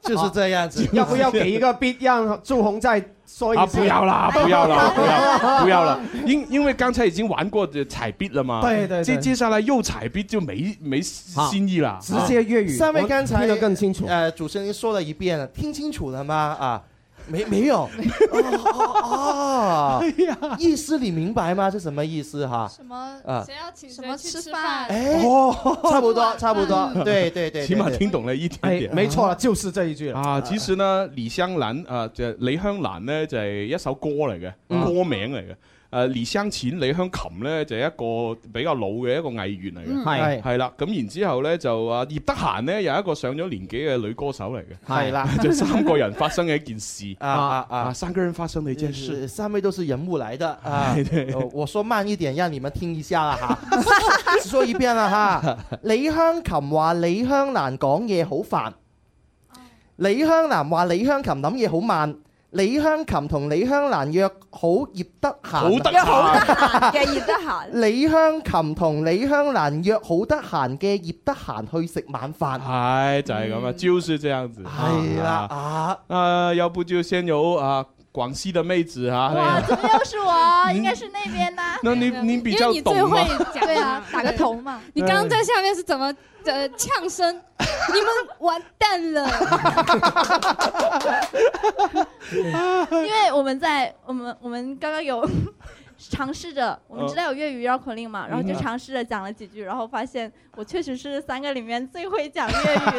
Speaker 6: 就是這樣子。
Speaker 7: 要不要给一个 beat 让朱红再说一
Speaker 5: 啊，
Speaker 7: 次？
Speaker 5: 不要 啦，不要啦，不要，不要了，因因為剛才已經玩過呃彩筆了嘛。
Speaker 7: 對對對
Speaker 5: 接接下來又彩筆就沒沒新意啦。
Speaker 7: 直接粤语。
Speaker 6: 三位刚才
Speaker 7: 听得更清楚。
Speaker 6: 呃，主持人说了一遍了，听清楚了吗？啊，没没 有？哦，
Speaker 7: 哎
Speaker 6: 意思你明白吗？是什么意思哈？
Speaker 16: 什么
Speaker 6: 啊
Speaker 16: 谁要请
Speaker 13: 什么
Speaker 16: 谁去
Speaker 13: 吃
Speaker 16: 吃
Speaker 13: 饭
Speaker 16: 饭？
Speaker 6: 哎，
Speaker 7: 哦
Speaker 6: 差不多，差不多，
Speaker 7: 嗯
Speaker 6: 对对对，
Speaker 5: 起
Speaker 6: 对
Speaker 5: 碼
Speaker 6: 对
Speaker 5: 聽懂了一點點。
Speaker 7: 哎没错啦，就是这一句了。
Speaker 5: 啊，其實呢，李香蘭啊，就李香蘭呢，就係一首歌嚟嘅，
Speaker 7: 嗯
Speaker 5: 歌名嚟嘅。誒李香淺、李香琴呢，就係一個比較老嘅一個藝員嚟
Speaker 7: 嗯
Speaker 5: 嘅，
Speaker 7: 係
Speaker 5: 係啦。咁然之後呢，就啊葉德嫻呢，又係一個上咗年紀嘅女歌手嚟嘅，
Speaker 6: 係啦
Speaker 5: 就三個人發生嘅一件事
Speaker 6: 啊啊嗯啊！
Speaker 5: 三个人发生了一件
Speaker 6: 事，三位都是人物来 的啊。
Speaker 5: 哎
Speaker 6: 呃我说慢一点，让你们听一下啦哈。 说一遍啦 哈。李香琴話李香蘭講嘢好煩，李香蘭話李香琴諗嘢好慢。李香琴同李香蘭約好葉德閒，
Speaker 14: 好得閒約好得閒 嘅葉德閒
Speaker 6: 李香琴同李香蘭約好得閒嘅葉德閒去食晚飯。
Speaker 5: 係就係咁啊，就是這樣子。
Speaker 6: 係嗯啦啊，
Speaker 5: 啊，要不就先由啊廣西的妹子啊，
Speaker 13: 又是我，应该是那边的。
Speaker 5: 那 你你比较懂
Speaker 12: 最
Speaker 5: 吗
Speaker 12: 会？讲
Speaker 13: 对啊，打个头嘛。
Speaker 12: 你刚刚在下面是怎么呃 呛声？你们完蛋 了！
Speaker 14: 因为我们在我们我们刚刚 有尝试着，我们知道有粤语绕口令嘛，然后就
Speaker 5: 嗯
Speaker 14: 尝试着讲了几句，然后发现我确实是三个里面最会讲粤语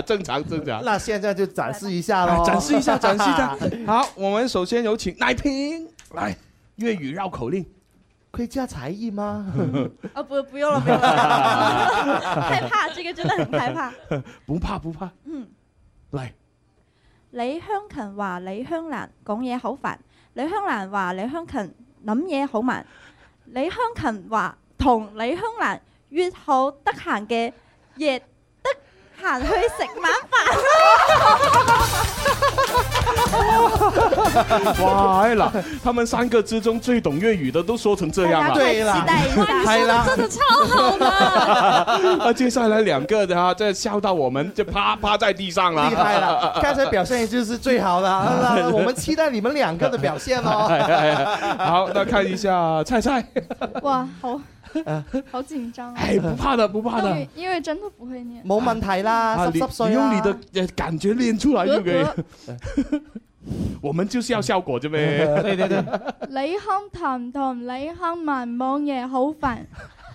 Speaker 5: 正常正常。
Speaker 6: 那現在就展示一下喽，
Speaker 5: 展示 一下，展示一下。 好，我们首先有请奶瓶来粤语绕口令。
Speaker 6: 可以加才艺吗？
Speaker 5: 嗯
Speaker 14: 啊不不用了不用了，害怕这个真的很 害怕。
Speaker 5: 不怕不怕，
Speaker 14: 嗯，
Speaker 5: 嚟。
Speaker 14: 李香勤話李香蘭講嘢好煩，李香蘭話李香勤諗嘢好慢，李香勤話同李香蘭約好得閒嘅夜得閒去食晚飯。
Speaker 5: 哇，哎啦，他们三个之中最懂粤语的都说成这样了。
Speaker 6: 对啦，
Speaker 5: 哎啦。
Speaker 12: 真的超好的，
Speaker 5: 啊，接下来两个的啊，这笑到我们就趴趴在地上了，
Speaker 6: 厉害 了，刚才表现就是最好的，那我们期待你们两个的表现
Speaker 5: 哎
Speaker 6: 哦。
Speaker 5: 哎哎好，那看一下菜菜，
Speaker 13: 哇，好，好紧张啊！
Speaker 5: 哎，不怕的，不怕
Speaker 13: 英
Speaker 5: 的
Speaker 13: 语，因为真的不会念。
Speaker 6: 冇问题啦，
Speaker 5: 啊你
Speaker 6: 十十岁
Speaker 5: 你用
Speaker 6: 啦
Speaker 5: 你。的呃感觉练出来就可以
Speaker 13: 格。
Speaker 5: 我们就是要效果，对不对？
Speaker 7: 对对对。
Speaker 13: 李康騰同李康文網嘢好 煩，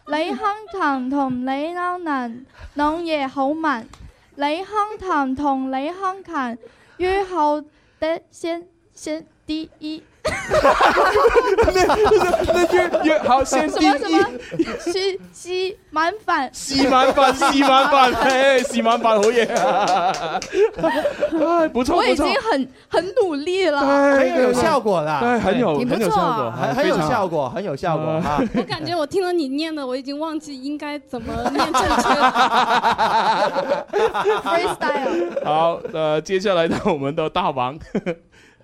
Speaker 13: 李康騰同李康能網嘢好慢，李康騰同李康勤約好的先先第一。
Speaker 5: 那约约好
Speaker 13: 什
Speaker 5: 哦先第
Speaker 13: 么什
Speaker 5: 一。
Speaker 13: 么？是是滿飯，
Speaker 5: 是晚饭，是晚 饭，嘿，是晚饭好嘢啊！ 哎，不错，
Speaker 13: 我已
Speaker 5: 不错
Speaker 13: 经，很很努力了，
Speaker 5: 哎
Speaker 6: 很有效果啦，
Speaker 5: 对，很有，
Speaker 13: 你不
Speaker 5: 很有
Speaker 13: 错
Speaker 5: 效
Speaker 13: 啊
Speaker 5: 果，哎
Speaker 6: 很很有效果，很有效果啊！
Speaker 12: 我感觉我听了你念的，我已经忘记应该怎么念正确了。
Speaker 13: freestyle。
Speaker 5: 果。好，呃，接下来到我们的大王，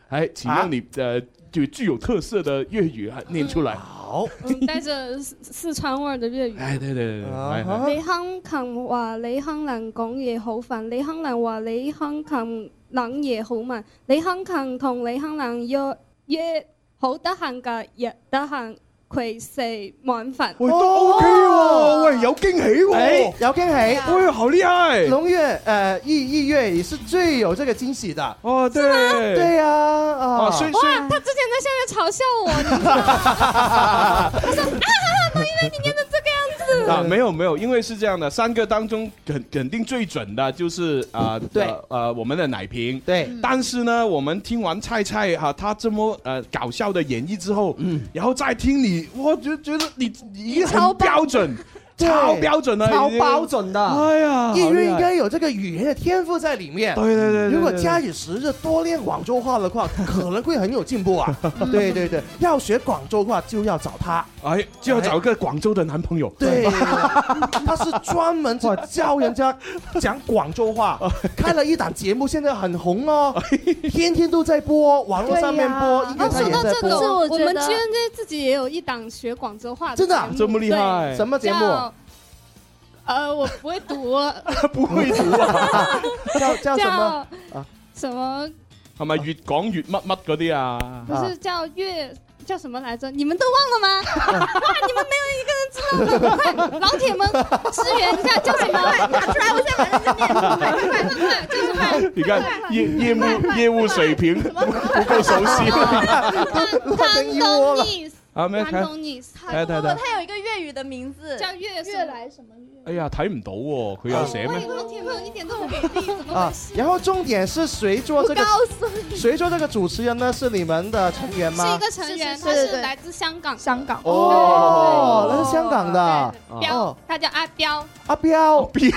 Speaker 5: 哎，请用你呃就具有特色的粤语啊念出来。
Speaker 6: 好，
Speaker 12: 嗯带着四四川味儿的粤语。
Speaker 5: 哎，对对对对，係係
Speaker 12: 你坑琴話你坑能講嘢好煩，你坑能話你坑琴諗嘢好慢，你坑琴同你坑能約約好得閒㗎，日得閒佢食晚飯。
Speaker 5: 喂，都 OK 喎，喂，有驚喜
Speaker 6: 哦哎
Speaker 5: 喎，，
Speaker 6: 有惊喜，
Speaker 5: 喂，好厲害，
Speaker 6: 龙月，呃，易易月也是最有这个惊喜的。
Speaker 5: 哦，对，
Speaker 6: 对 呀，啊，
Speaker 5: 啊所以
Speaker 12: 哇，他之前在下面嘲笑我，你知道吗？他说啊，马一薇，你念成这个
Speaker 5: 啊，
Speaker 12: 样子。
Speaker 5: 没有没有，因为是这样的，三个当中肯肯定最准的就是啊、呃，
Speaker 6: 对
Speaker 5: 呃呃我们的奶瓶，
Speaker 6: 对
Speaker 12: 嗯
Speaker 5: 但是呢，我们听完菜菜哈、她这么呃搞笑的演绎之后，嗯，然后再听你，我就觉得你已经
Speaker 6: 超
Speaker 5: 很
Speaker 6: 棒
Speaker 5: 标准，
Speaker 6: 对
Speaker 5: 超标准了，
Speaker 7: 超
Speaker 5: 已经
Speaker 7: 标准的
Speaker 5: 哎呀，
Speaker 6: 易
Speaker 5: 好
Speaker 6: 月
Speaker 5: 厉
Speaker 6: 应
Speaker 5: 害
Speaker 6: 该有这个语言的天赋在里面。
Speaker 5: 对对对对对
Speaker 6: 如果假以时日多练广州话的话，可能会很有进 步啊。对对对，要学广州话就要找他。
Speaker 5: 哎，就要找一个广州的男朋友，
Speaker 6: 对，他是专门去教 人家讲广州话，
Speaker 5: 哎
Speaker 6: 开了一档节目，现在很红哦，天天都在播，网络上面播，
Speaker 12: 对呀
Speaker 6: 音
Speaker 12: 啊
Speaker 6: 乐台
Speaker 12: 说
Speaker 6: 也
Speaker 12: 到
Speaker 6: 在
Speaker 12: 这个，
Speaker 6: 播。
Speaker 12: 我们 GNJ 自己也有一档学广州话的
Speaker 6: 真的啊
Speaker 12: 节目
Speaker 6: 这么厉害
Speaker 12: 对
Speaker 6: 什么节目
Speaker 12: 叫呃，我不会读，
Speaker 5: 不会读啊，
Speaker 6: 叫叫什么啊
Speaker 12: 叫？什么？
Speaker 5: 系咪越讲越乜乜嗰啲啊？
Speaker 12: 不是叫粤叫什么来着？你们都忘了吗？ 哇，你们没有一个人知道的，快，老铁们支援一下，叫 什么？快拿出来，我现在马上就念，快快快快，叫什么？
Speaker 5: 你看业业务业务水平不不够 熟悉
Speaker 12: 潘东尼，
Speaker 5: 啊咩？
Speaker 12: 潘
Speaker 5: 看
Speaker 12: 东尼，
Speaker 5: 睇睇睇。
Speaker 14: 它有一个粤语的名字，
Speaker 12: 叫粤
Speaker 13: 越来什么
Speaker 5: 哎呀，睇唔到喎，佢
Speaker 12: 哦
Speaker 5: 有寫咩？
Speaker 12: 老铁们一点都不
Speaker 14: 哦
Speaker 12: 给力，怎么
Speaker 6: 啊
Speaker 12: 回事？，
Speaker 6: 然后重点是谁做这个？谁做这个主持人呢？是你们的成员
Speaker 12: 是一
Speaker 6: 吗？
Speaker 12: 个成员，
Speaker 13: 是
Speaker 12: 他
Speaker 13: 是是
Speaker 12: 是来自香港，
Speaker 13: 香港
Speaker 6: 哦，那是香港的
Speaker 12: 彪
Speaker 6: 哦，，
Speaker 12: 他叫阿彪，
Speaker 6: 阿彪，
Speaker 5: 哦彪，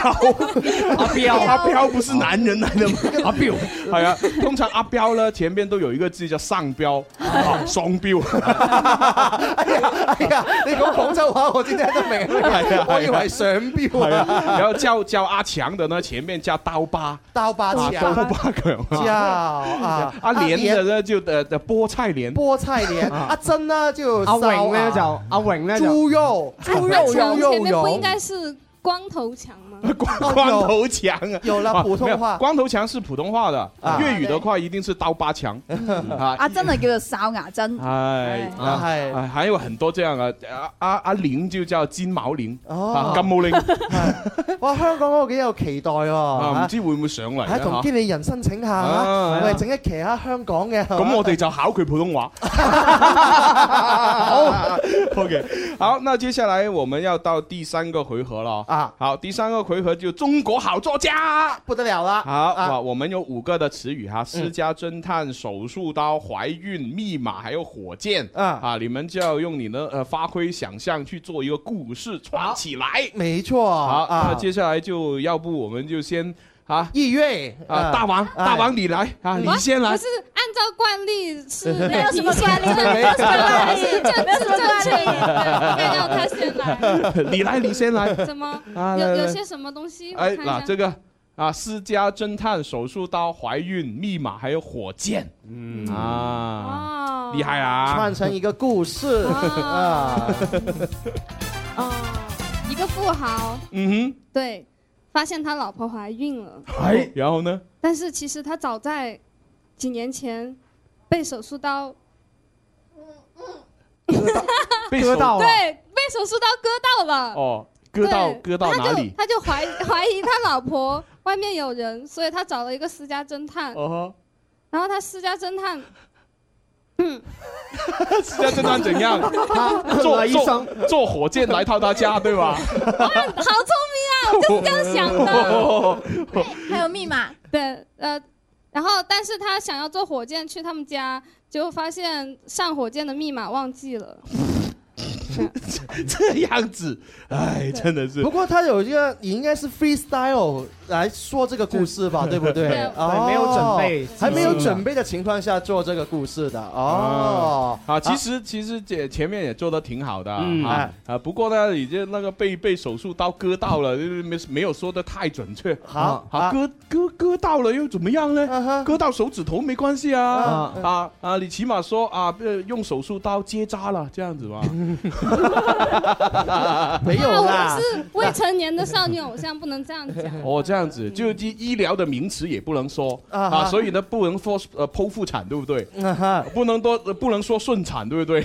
Speaker 5: 阿彪，阿彪不是男人来的吗？阿 彪係啊，通常阿彪咧前面都有一個字叫上彪，啊雙 彪，
Speaker 6: 哎呀，你講廣州話我先聽 得
Speaker 5: 係
Speaker 6: 明
Speaker 5: 啊，
Speaker 6: 我以為上彪
Speaker 5: 係啊
Speaker 6: 啊，，
Speaker 5: 然後叫叫阿強的呢，前面叫刀疤，
Speaker 6: 刀疤
Speaker 5: 啊
Speaker 6: 強
Speaker 5: 刀疤 強啊，
Speaker 6: 叫啊，
Speaker 5: 阿蓮的呢就呃呃菠菜蓮，
Speaker 6: 菠菜蓮，
Speaker 5: 啊
Speaker 6: 阿珍呢就啊哎
Speaker 7: 阿榮咧
Speaker 6: 呢
Speaker 7: 就阿榮咧就
Speaker 6: 豬肉，
Speaker 13: 哎
Speaker 6: 豬
Speaker 12: 阿
Speaker 6: 肉肉
Speaker 12: 强前
Speaker 6: 肉
Speaker 12: 面不应
Speaker 6: 蓉，
Speaker 12: 该是光头强啊吗？
Speaker 5: 光頭強啊，
Speaker 6: 有了
Speaker 5: 啊
Speaker 6: 普
Speaker 5: 沒
Speaker 6: 通
Speaker 5: 有
Speaker 6: 話，
Speaker 5: 光頭強是普通話的，
Speaker 6: 啊
Speaker 5: 粵語的話一定是刀疤強
Speaker 6: 嗯
Speaker 5: 啊，
Speaker 1: 阿珍啊叫做哨牙珍，
Speaker 5: 哎，啊
Speaker 6: 係
Speaker 5: 啊还有很多这样啊，阿阿阿玲就叫金毛玲，啊
Speaker 6: 哦
Speaker 5: 金，毛玲，
Speaker 6: 哇，香港嗰個幾有期待
Speaker 5: 啊
Speaker 6: 喎
Speaker 5: 唔。知會唔會上嚟啊
Speaker 6: 嚇
Speaker 5: 咧
Speaker 6: 同
Speaker 5: 嚇
Speaker 6: 經理人申請下
Speaker 5: 哎啊
Speaker 6: 啊，我哋整一期下香港嘅。
Speaker 5: 咁我哋就考佢普通話。好，OK，好，那接下來我們要到第三個回合了
Speaker 6: 啊，
Speaker 5: 好，第三個回合就中國好作家。
Speaker 6: 不得了啦！
Speaker 5: 好，
Speaker 6: 啊
Speaker 5: 哇，我們有五個的詞語哈，私家偵探、手術刀、懷孕、密碼，還有火箭
Speaker 6: 啊
Speaker 5: 啊，你們就要用你的呃發揮想象去做一個故事串起來。
Speaker 6: 没错，
Speaker 5: 好，那
Speaker 6: 啊，
Speaker 5: 接下来就要不我們就先啊
Speaker 6: 意月
Speaker 5: 啊大王
Speaker 6: 哎
Speaker 5: 大王你來啊，你
Speaker 12: 啊
Speaker 5: 先
Speaker 12: 不
Speaker 5: 来
Speaker 12: 是，按照惯例 是
Speaker 14: 没有什么
Speaker 12: 惯
Speaker 14: 惯例，没
Speaker 12: 例，
Speaker 14: 有什么惯例，
Speaker 12: 正
Speaker 14: 没有什么
Speaker 12: 正确，
Speaker 14: 惯例。
Speaker 12: 对要他先来，
Speaker 5: 你來你先來
Speaker 12: 怎么？
Speaker 5: 啊，
Speaker 12: 有
Speaker 5: 來
Speaker 12: 有
Speaker 5: 來
Speaker 12: 些什么东西？我
Speaker 5: 哎
Speaker 12: 看一下
Speaker 5: 嗱，。这个啊私家偵探、手術刀、懷孕、密碼，還有火箭，嗯啊，
Speaker 12: 哦，
Speaker 5: 厲害！啊！
Speaker 6: 串成一个故事啊
Speaker 12: 啊，哦，一个富豪，
Speaker 5: 嗯
Speaker 12: 对，发现他老婆怀孕了，
Speaker 5: 哼，哎，然后呢？
Speaker 12: 但是其实他早在几年前被手术刀，
Speaker 5: 被
Speaker 7: 割
Speaker 5: 手
Speaker 7: 到了，
Speaker 12: 对，被手术刀割到了。
Speaker 5: 哦，割到
Speaker 12: 对
Speaker 5: 割到哪里？
Speaker 12: 他就怀 怀疑他老婆外面有人，所以他找了一个私家侦探，
Speaker 5: 哦，
Speaker 12: 然后他私家侦探
Speaker 5: 私家偵探怎樣？做
Speaker 7: 來醫生
Speaker 5: 做做火箭來到他家，對吧？
Speaker 12: 好 聪明啊，我就是这样想的。
Speaker 5: 哦
Speaker 14: 还有密码，
Speaker 12: 对，呃，然后但是他想要坐火箭去他们家，结果发现上火箭的密码忘记 了。
Speaker 5: 这样子，哎，真的是哎
Speaker 6: 不过他有一个，你应该是 freestyle 来说这个故事 吧，对不
Speaker 7: 对
Speaker 6: 对？哦
Speaker 7: 没有准备
Speaker 6: 还没有准备的情况下做这个故事的哦。
Speaker 5: 啊，其实其实姐前面也做的挺好的啊
Speaker 6: 嗯
Speaker 5: 啊，啊不过呢，已经那个被被手术刀割到了，就是没没有说的太准确。
Speaker 6: 好嗯
Speaker 5: 啊，割割割到了又怎么样呢？割到手指头没关系啊
Speaker 6: 啊
Speaker 5: 啊啊！你起码说啊，呃用手术刀结扎了这样子嘛。
Speaker 6: 没
Speaker 12: 那啊我是未成年的少女偶像，不能这样讲。
Speaker 5: 哦，这样子，就医医疗的名词也不能说
Speaker 12: 啊
Speaker 5: 啊，
Speaker 12: 哈
Speaker 5: 所以呢，不能说呃剖腹产，对不对？
Speaker 6: 啊哈，
Speaker 5: 不能多，呃不能说顺产，对不对？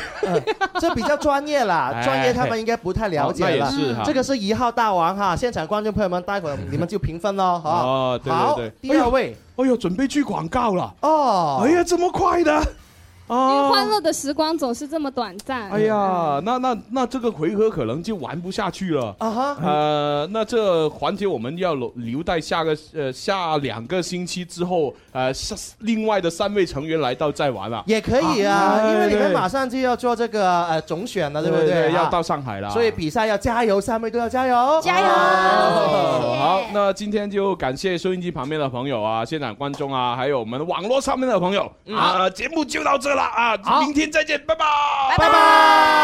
Speaker 6: 这比较专业啦，
Speaker 5: 哎
Speaker 6: 专业他们应该不太了解
Speaker 5: 那也
Speaker 6: 了。
Speaker 5: 是哈
Speaker 6: 这个是一号大王哈，现场观众朋友们，待会儿你们就评分喽，好。
Speaker 5: 哦对对
Speaker 6: 好
Speaker 5: 对
Speaker 6: 第二位，
Speaker 5: 哎呦，准备去广告了。
Speaker 6: 哦，
Speaker 5: 哎呀，这么快的，
Speaker 12: 因为
Speaker 5: 啊
Speaker 12: 欢乐的时光总是这么短暂。
Speaker 5: 哎呀，那那那这个回合可能就玩不下去了
Speaker 6: 啊哈
Speaker 5: 呃，那这环节我们要留留待下个呃下两个星期之后，呃，下另外的三位成员来到再玩哎了。
Speaker 6: 也可以啊，因为你们
Speaker 5: 对
Speaker 6: 马上就要做这个呃总选了，对不
Speaker 5: 对
Speaker 6: 对？
Speaker 5: 要
Speaker 6: 啊
Speaker 5: 到上海了，
Speaker 6: 所以比赛要加油，三位都要加油，
Speaker 1: 加油！
Speaker 5: 哦好，那今天就感谢收音机旁边的朋友啊，现场观众啊，还有我们网
Speaker 6: 嗯
Speaker 5: 络上面的朋友啊，节目就到这了啊，明天再见，拜拜，拜拜。